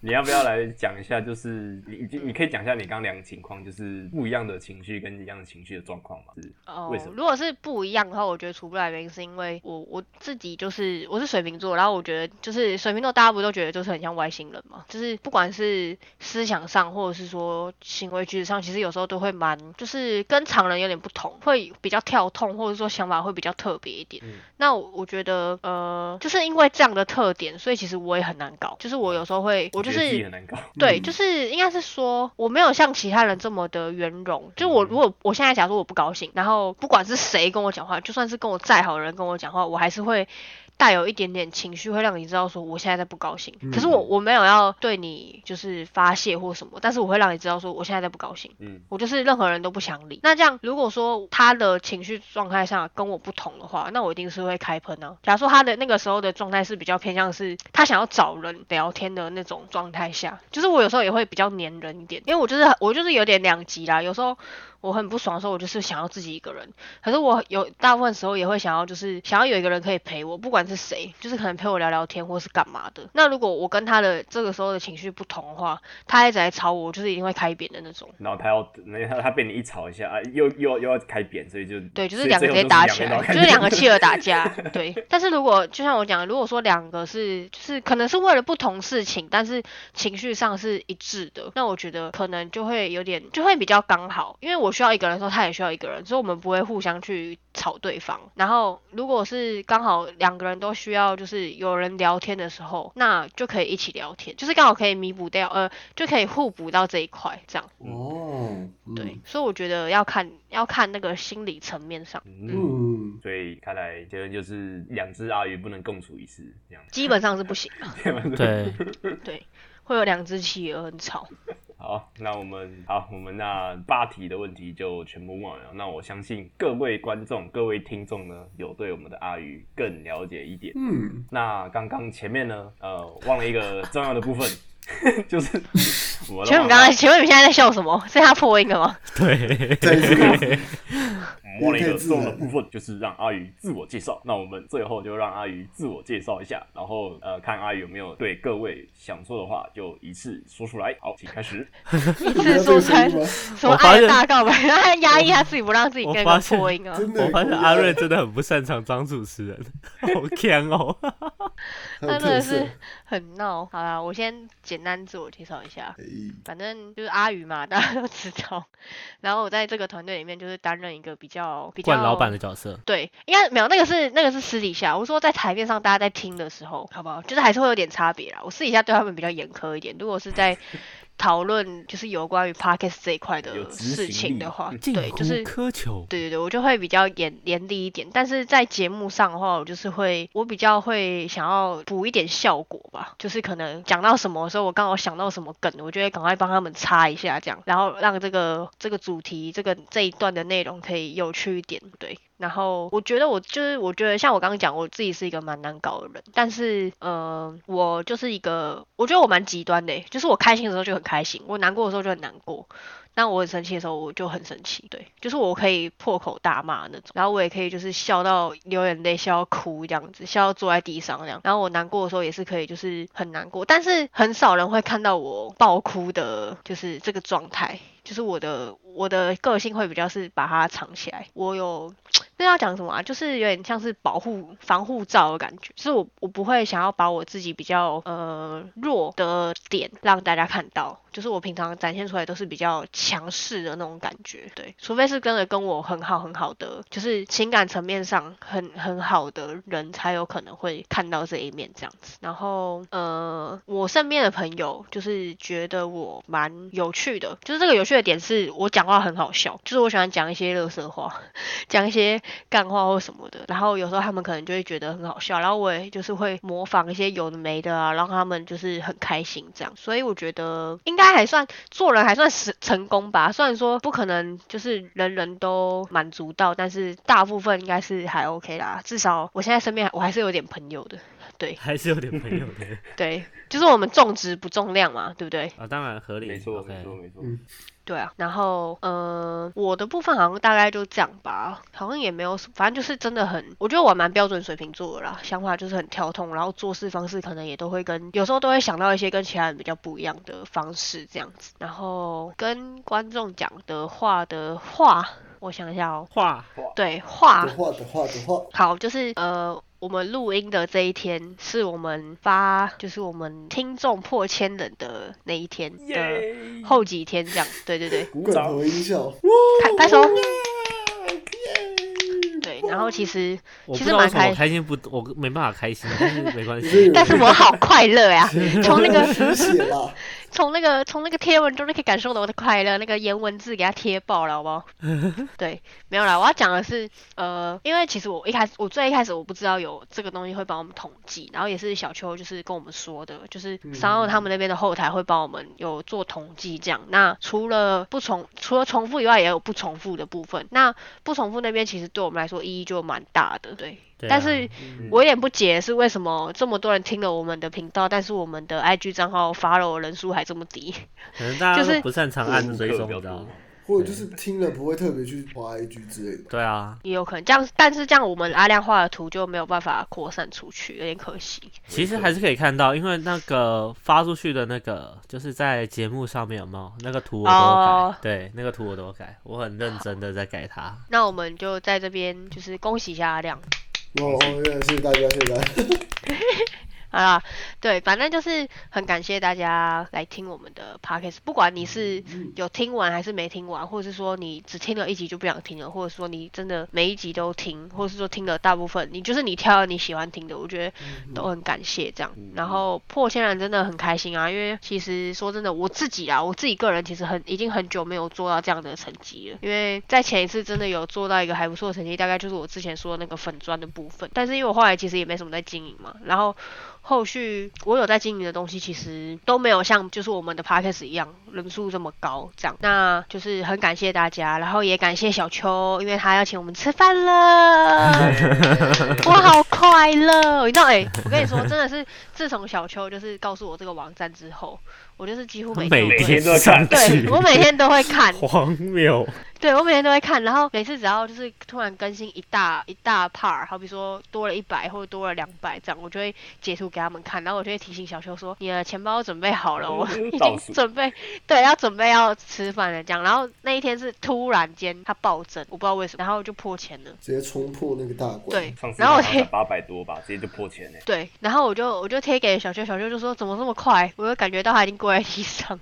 Speaker 4: 你要不要来讲一下？就是你你你可以讲一下你刚两的情况，就是不一样的情绪跟一样的情绪的状况嘛。是
Speaker 3: 哦
Speaker 4: 为什，么
Speaker 3: 如果是不一样的话，我觉得出不来的原因是因为我我自己就是我是水瓶座，然后我觉得就是水瓶座大家不都觉得就是很像外星人嘛，就是不管是思想上或者是说行为举止上，其实有时候都会蛮就是跟常人有点不同，会比较跳痛，或者说想法会比较特别一点。
Speaker 4: 嗯
Speaker 3: 那我我觉得呃，就是因为这样的特点，所以其实我也很难搞，就是我有时候会我就
Speaker 4: 觉得自己
Speaker 3: 是
Speaker 4: 很难搞。
Speaker 3: 对，
Speaker 2: 嗯
Speaker 3: 就是应该是说我没有像其他人这么的圆融。就我如果我现在假如说我不高兴，然后不管是谁跟我讲话，就算是跟我再好的人跟我讲话，我还是会带有一点点情绪，会让你知道说我现在在不高兴。可是我我没有要对你就是发泄或什么，但是我会让你知道说我现在在不高兴。
Speaker 4: 嗯，
Speaker 3: 我就是任何人都不想理。那这样，如果说他的情绪状态上跟我不同的话，那我一定是会开喷啊。假如说他的那个时候的状态是比较偏向是他想要找人聊天的那种状态下，就是我有时候也会比较黏人一点，因为我就是我就是有点两极啦。有时候我很不爽的时候，我就是想要自己一个人。可是我有大部分时候也会想要，就是想要有一个人可以陪我，不管是谁，就是可能陪我聊聊天或是干嘛的。那如果我跟他的这个时候的情绪不同的话，他一直在吵我，我就是一定会开扁的那种。
Speaker 4: 然后他要，那他他被你一吵一下啊，又又又要开扁，所以就
Speaker 3: 对，就是
Speaker 4: 所以
Speaker 3: 两个
Speaker 4: 最
Speaker 3: 直
Speaker 4: 后
Speaker 3: 接
Speaker 4: 都
Speaker 3: 打
Speaker 4: 是
Speaker 3: 起
Speaker 4: 边
Speaker 3: 来
Speaker 4: 都，开
Speaker 3: 就是两个
Speaker 4: 扁
Speaker 3: 企鹅打 架。对，但是如果就像我讲，如果说两个是就是可能是为了不同事情，但是情绪上是一致的，那我觉得可能就会有点就会比较刚好，因为我需要一个人的时候，他也需要一个人，所以我们不会互相去吵对方。然后如果是刚好两个人都需要就是有人聊天的时候，那就可以一起聊天，就是刚好可以弥补掉呃，就可以互补到这一块这样。
Speaker 2: 哦，嗯
Speaker 3: 对，，所以我觉得要看要看那个心理层面上。
Speaker 4: 嗯，
Speaker 2: 嗯，
Speaker 4: 所以看来结论就是两只阿鱼不能共处一室，这样。
Speaker 3: 基本上是不行啊，
Speaker 1: 对，
Speaker 3: 对，会有两只企鹅很吵。
Speaker 4: 好，那我们好，我们那八题的问题就全部问完了。那我相信各位观众、各位听众呢，有对我们的阿鱼更了解一点。
Speaker 2: 嗯，
Speaker 4: 那刚刚前面呢，呃，忘了一个重要的部分， 就是我们
Speaker 3: 请问你刚才，请问你现在在笑什么？是他破音了吗？
Speaker 1: 对，
Speaker 2: 再一次
Speaker 4: 忘了一个重要的部分，就是让阿鱼自我介绍。那我们最后就让阿鱼自我介绍一下，然后呃，看阿鱼有没有对各位想说的话，就一次说出来。好，请开始。
Speaker 3: 一
Speaker 2: 不要
Speaker 3: 次
Speaker 2: 这个
Speaker 3: 说
Speaker 2: 声
Speaker 3: 穿
Speaker 2: 音吗？
Speaker 3: 什么
Speaker 1: 我发
Speaker 3: 爱
Speaker 1: 现
Speaker 3: 的大告白，他压抑他自己不让自己
Speaker 1: 我
Speaker 3: 跟
Speaker 1: 发
Speaker 3: 个
Speaker 1: 现
Speaker 3: 破音啊。
Speaker 2: 真 的，
Speaker 1: 我发现阿瑞真的很不擅长当主持人， 好强哦。
Speaker 2: 他
Speaker 3: 他
Speaker 2: 有
Speaker 3: 真的
Speaker 2: 特
Speaker 3: 是
Speaker 2: 色，
Speaker 3: 很闹。好啦，我先简单自我介绍一下，
Speaker 2: 哎
Speaker 3: 反正就是阿宇嘛，大家都知道。然后我在这个团队里面就是担任一个比较比较
Speaker 1: 冠老板的角色，
Speaker 3: 对，应该没有，那个是那个是私底下。我说在台面上大家在听的时候，好不好？就是还是会有点差别啦。我私底下对他们比较严苛一点。如果是 在讨论就是有关于 podcast 这一块
Speaker 4: 有
Speaker 3: 的
Speaker 4: 执
Speaker 3: 事
Speaker 4: 行
Speaker 3: 情
Speaker 4: 力
Speaker 3: 的 话，
Speaker 1: 近
Speaker 3: 对，就
Speaker 1: 乎
Speaker 3: 是
Speaker 1: 苛求。
Speaker 3: 对对对，我就会比较严严厉一点，但是在节目上的话，我就是会，我比较会想要补一点效果吧，就是可能讲到什么的时候，我刚好想到什么梗，我就会赶快帮他们插一下，这样，然后让这个这个主题这个这一段的内容可以有趣一点，对。然后我觉得我就是我觉得像我刚刚讲，我自己是一个蛮难搞的人，但是呃，我就是一个我觉得我蛮极端的欸，就是我开心的时候就很开心，我难过的时候就很难过，那我很生气的时候，我就很生气，对，就是我可以破口大骂那种，然后我也可以就是笑到流眼泪，笑到哭这样子，笑到坐在地上那样。然后我难过的时候也是可以，就是很难过，但是很少人会看到我爆哭的，就是这个状态，就是我的我的个性会比较是把它藏起来，我有。那要讲什么啊？就是有点像是保护、防护罩的感觉，就是我我不会想要把我自己比较呃弱的点让大家看到，就是我平常展现出来都是比较强势的那种感觉，对，除非是真的跟我很好很好的，就是情感层面上很很好的人才有可能会看到这一面这样子。然后呃，我身边的朋友就是觉得我蛮有趣的，就是这个有趣的点是我讲话很好笑，就是我喜欢讲一些乐色话。 讲一些干话或什么的，然后有时候他们可能就会觉得很好笑，然后我也就是会模仿一些有的没的啊，让他们就是很开心这样，所以我觉得应该还算做人还算是成功吧，虽然说不可能就是人人都满足到，但是大部分应该是还 OK 啦，至少我现在身边还我还是有点朋友的，对
Speaker 1: 还是有点朋友 的
Speaker 3: 对，就是我们重质不重量嘛，对不对？
Speaker 1: 啊，当然合理，
Speaker 4: 没错，
Speaker 1: OK
Speaker 4: 没错，没错。
Speaker 2: 嗯
Speaker 3: 对啊，然后呃，我的部分好像大概就这样吧，好像也没有什，反正就是真的很，我觉得我还蛮标准水瓶座的啦，想法就是很跳痛，然后做事方式可能也都会跟，有时候都会想到一些跟其他人比较不一样的方式这样子。然后跟观众讲的话的话，我想一下哦，
Speaker 1: 话
Speaker 3: 对话
Speaker 2: 的，话的话的话，
Speaker 3: 好，就是呃，我们录音的这一天是我们发，就是我们听众破千人的那一天的
Speaker 4: 耶！
Speaker 3: 后几天这样，对对对。
Speaker 4: 鼓
Speaker 2: 罐
Speaker 4: 掌
Speaker 2: 头音效，
Speaker 3: 拍拍手。
Speaker 2: 耶
Speaker 3: 对，然后其实，
Speaker 1: 我不
Speaker 3: 其实
Speaker 1: 知道为
Speaker 3: 蛮
Speaker 1: 什么
Speaker 3: 开
Speaker 1: 我开心不，我没办法 开心，但是没关
Speaker 2: 你是
Speaker 1: 系
Speaker 2: 有。
Speaker 3: 但是我好快乐 呀、 从那个
Speaker 2: 失血 啦，
Speaker 3: 从那个从那个贴文中就可以感受到我的快乐，那个颜文字给它贴爆了，好 不好？对，没有啦，我要讲的是，呃，因为其实我一开始，我最一开始我不知道有这个东西会帮我们统计，然后也是小秋就是跟我们说的，就是
Speaker 1: 嗯
Speaker 3: 商奥他们那边的后台会帮我们有做统计这样。那除了不重除了重复以外，也有不重复的部分。那不重复那边其实对我们来说意义就蛮大的，对。
Speaker 1: 对啊
Speaker 3: 但是
Speaker 4: 嗯
Speaker 3: 我有点不解是为什么这么多人听了我们的频道，但是我们的 IG 账号 follow 人数还这么低。
Speaker 1: 可能大家
Speaker 3: 就是
Speaker 1: 都不擅长按追踪，你知道吗？
Speaker 2: 或者就是听了不会特别去滑 IG 之类的。
Speaker 1: 对啊，
Speaker 3: 也有可能这样，但是这样我们阿亮画的图就没有办法扩散出去，有点可惜。
Speaker 1: 其实还是可以看到，因为那个发出去的那个，就是在节目上面有没有那个图我都有改，
Speaker 3: 哦
Speaker 1: 对，那个图我都有改，我很认真的在改它。
Speaker 3: 那我们就在这边就是恭喜一下阿亮。
Speaker 2: 哦，原来谢谢大家，谢谢大家。
Speaker 3: 好啦，啊对，反正就是很感谢大家来听我们的 podcast，不管你是有听完还是没听完，或者是说你只听了一集就不想听了，或者说你真的每一集都听，或者是说听了大部分，你就是你挑了你喜欢听的，我觉得都很感谢这样。然后破千人真的很开心啊，因为其实说真的，我自己啊，我自己个人其实很已经很久没有做到这样的成绩了，因为在前一次真的有做到一个还不错的成绩，大概就是我之前说的那个粉砖的部分，但是因为我后来其实也没什么在经营嘛，然后后续我有在经营的东西，其实都没有像就是我们的 podcast 一样人数这么高这样。那就是很感谢大家，然后也感谢小秋，因为他要请我们吃饭 了，我好快乐。你知道， 哎、我跟你说，真的是自从小秋就是告诉我这个网站之后，我就是几乎每天
Speaker 1: 每
Speaker 3: 都会
Speaker 4: 天都要看
Speaker 3: 对我每天都会看，
Speaker 1: 荒谬，
Speaker 3: 对我每天都会看，然后每次只要就是突然更新一大一大 part，好比说多了一百或者多了两百这样，我就会截图给他们看，然后我就会提醒小秋说你的钱包准备好了，我已
Speaker 4: 嗯倒
Speaker 3: 经
Speaker 4: 数
Speaker 3: 准备对要准备要吃饭了这样。然后那一天是突然间它暴增，我不知道为什么，然后就破钱了。
Speaker 2: 直接冲破那个大关。
Speaker 3: 对
Speaker 4: 上，次
Speaker 3: 然后
Speaker 4: 好
Speaker 3: 我
Speaker 4: 像
Speaker 3: 贴
Speaker 4: 八百多吧，直接就破千嘞。
Speaker 3: 对，然后我就我就贴给小秋，小秋就说怎么这么快？我就感觉到他已经跪在地上。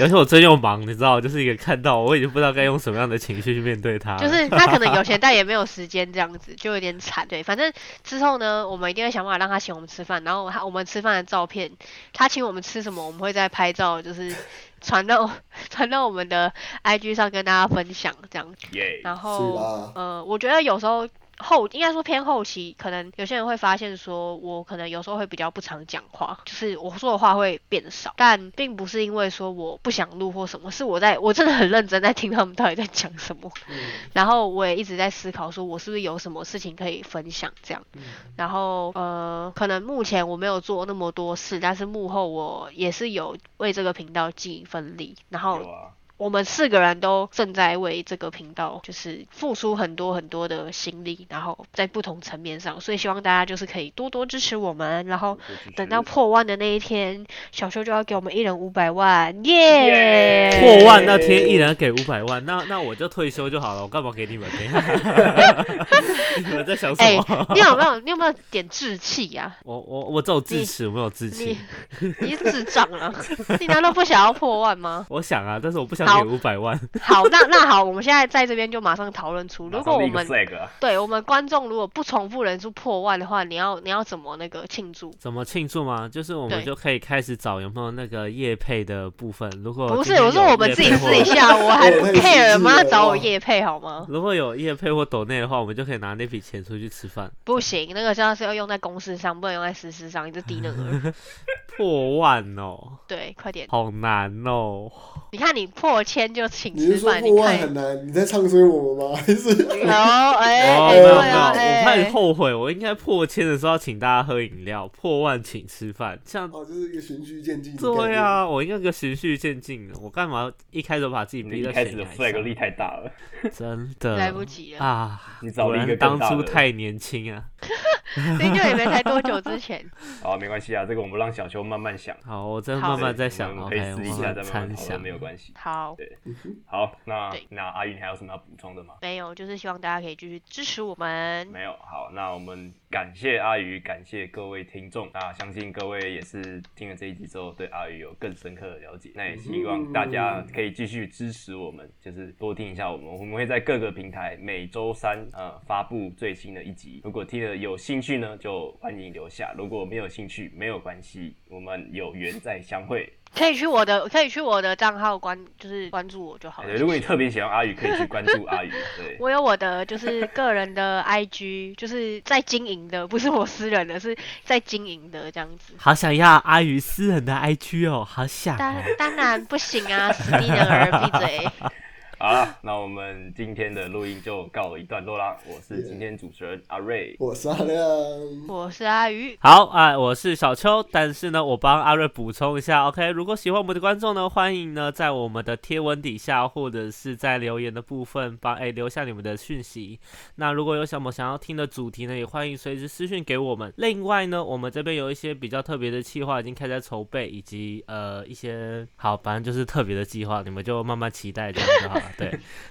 Speaker 1: 而且我最近又忙，你知道，就是一个看到我已经不知道该用什么样的情绪去面对它了。
Speaker 3: 就是他可能有钱，但也没有时间，这样子就有点惨。对，反正之后呢，我们一定会想办法让他请我们吃饭，然后他我们吃饭的照片，他请我们吃什么，我们会再拍照，就是传到 传到我们的 IG 上跟大家分享这样。
Speaker 4: 耶！
Speaker 3: 然
Speaker 2: 是啊
Speaker 3: 后
Speaker 2: 啦，
Speaker 3: 呃，我觉得有时候。后应该说偏后期，可能有些人会发现说，我可能有时候会比较不常讲话，就是我说的话会变少，但并不是因为说我不想录或什么，是我在我真的很认真在听他们到底在讲什么。
Speaker 2: 嗯
Speaker 3: 然后我也一直在思考，说我是不是有什么事情可以分享这样。
Speaker 2: 嗯
Speaker 3: 然后呃，可能目前我没有做那么多事，但是幕后我也是有为这个频道尽一份力。然后
Speaker 4: 有啊，
Speaker 3: 我们四个人都正在为这个频道就是付出很多很多的心力，然后在不同层面上，所以希望大家就是可以多多支持我们。然后等到破万的那一天，小秋就要给我们一人五百万，耶、
Speaker 4: 耶
Speaker 1: 破万那天一人给五百万，那那我就退休就好了，我干嘛给你们？ 你们在想什
Speaker 3: 哎、
Speaker 1: 么？
Speaker 3: 你有没有你有没有点志气呀、
Speaker 1: 我我我只有智齿，我没有志气
Speaker 3: 你。你是智障啊！你难道不想要破万吗？
Speaker 1: 我想啊，但是我不想
Speaker 3: 好
Speaker 1: 给五百万。
Speaker 3: 好，那那好，我们现在在这边就马上讨论出，如
Speaker 4: 马
Speaker 3: 果
Speaker 4: 上
Speaker 3: 我
Speaker 4: 立个
Speaker 3: 们
Speaker 4: flag 啊，
Speaker 3: 对我们观众如果不重复人数破万的话，你要你要怎么那个庆祝？
Speaker 1: 怎么庆祝吗？就是我们
Speaker 3: 对
Speaker 1: 就可以开始找有没有那个业配的部分。如果
Speaker 3: 不
Speaker 1: 哦今
Speaker 3: 是，
Speaker 1: 天
Speaker 3: 我说
Speaker 1: 有
Speaker 3: 我们
Speaker 1: 业
Speaker 3: 自己
Speaker 1: 配
Speaker 3: 试
Speaker 1: 或
Speaker 3: 一 下，我还不
Speaker 2: 我也是
Speaker 3: care，妈
Speaker 2: 自
Speaker 3: 找我
Speaker 2: 由啊
Speaker 3: 叶配好吗？
Speaker 1: 如果有业配或抖内的话，我们就可以拿那笔钱出去吃饭。
Speaker 3: 不行，那个真的是要用在公司上，不能用在私事上，你这低能 儿。
Speaker 1: 破万哦，
Speaker 3: 对，快点，
Speaker 1: 好难哦！
Speaker 3: 你看你破破千就请
Speaker 2: 你是
Speaker 3: 吃
Speaker 2: 说
Speaker 3: 饭，你
Speaker 2: 破万
Speaker 3: 看
Speaker 2: 很。难？你在唱衰我们吗？ 还是
Speaker 3: 哦，哎，
Speaker 1: 哦，
Speaker 3: 哎
Speaker 1: 没有没有，
Speaker 3: 对啊，
Speaker 1: 我太
Speaker 3: 哎，
Speaker 1: 后悔，我应该破千的时候要请大家喝饮料，破万请吃饭，像
Speaker 2: 哦，就是一个循序渐进的概念。
Speaker 1: 对啊，我应该个循序渐进，我干嘛一开始把自己
Speaker 4: 你
Speaker 1: 逼
Speaker 4: 一
Speaker 1: 到
Speaker 4: 开
Speaker 1: 悬
Speaker 4: 始的
Speaker 1: 崖
Speaker 4: flag
Speaker 1: 上？
Speaker 4: 立太大了，
Speaker 1: 真的
Speaker 3: 来不及了，
Speaker 1: 啊！
Speaker 4: 你找
Speaker 1: 果
Speaker 4: 了一个
Speaker 1: 然当
Speaker 4: 更大
Speaker 1: 初
Speaker 4: 的
Speaker 1: 太年轻啊！
Speaker 3: 零九也没 才多久之前，
Speaker 4: 好，没关系啊，这个我们让小秋慢慢想，
Speaker 1: 好，我真的
Speaker 3: 好
Speaker 1: 慢慢在
Speaker 4: 我
Speaker 1: 想
Speaker 4: 们可以
Speaker 1: ，OK，
Speaker 4: 私底下
Speaker 1: 我
Speaker 4: 再慢慢
Speaker 1: 参
Speaker 4: 讨
Speaker 1: 想
Speaker 4: 论，没有关系。
Speaker 3: 好，
Speaker 2: 嗯
Speaker 4: 好，那
Speaker 3: 对
Speaker 4: 那阿玉，你还有什么要补充的吗？
Speaker 3: 没有，就是希望大家可以继续支持我们，
Speaker 4: 没有，好，那我们感谢阿鱼，感谢各位听众，那相信各位也是听了这一集之后，对阿鱼有更深刻的了解。那也希望大家可以继续支持我们，就是多听一下我们，我们会在各个平台每周三呃发布最新的一集。如果听了有兴趣呢，就欢迎留下；如果没有兴趣，没有关系，我们有缘再相会。
Speaker 3: 可以去我的，可以去我的账号关，就是关注我就好
Speaker 4: 哎
Speaker 3: 了。
Speaker 4: 对如果你特别喜欢阿鱼，可以去关注阿鱼。对，
Speaker 3: 我有我的就是个人的 IG，就是 在经营的，不是我私人的，是在经营的这样子。
Speaker 1: 好想要阿鱼私人的 IG 哦，好想哦、
Speaker 3: 当当然不行啊，死你的儿，闭嘴！
Speaker 4: 好了，那我们今天的录音就告一段落啦。我是今天主持人阿瑞，
Speaker 2: 我是阿亮，
Speaker 3: 我是阿鱼，
Speaker 1: 好啊、我是小秋，但是呢，我帮阿瑞补充一下，OK，如果喜欢我们的观众呢，欢迎呢在我们的贴文底下或者是在留言的部分帮哎、留下你们的讯息。那如果有什么想要听的主题呢，也欢迎随时私讯给我们。另外呢，我们这边有一些比较特别的计划已经开始在筹备，以及呃一些好，反正就是特别的计划，你们就慢慢期待这样就好了。对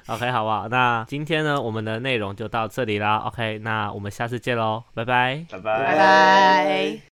Speaker 1: ，OK，好不好？那今天呢，我们的内容就到这里啦，OK，那我们下次见喽，拜拜。
Speaker 4: 拜
Speaker 3: 拜拜。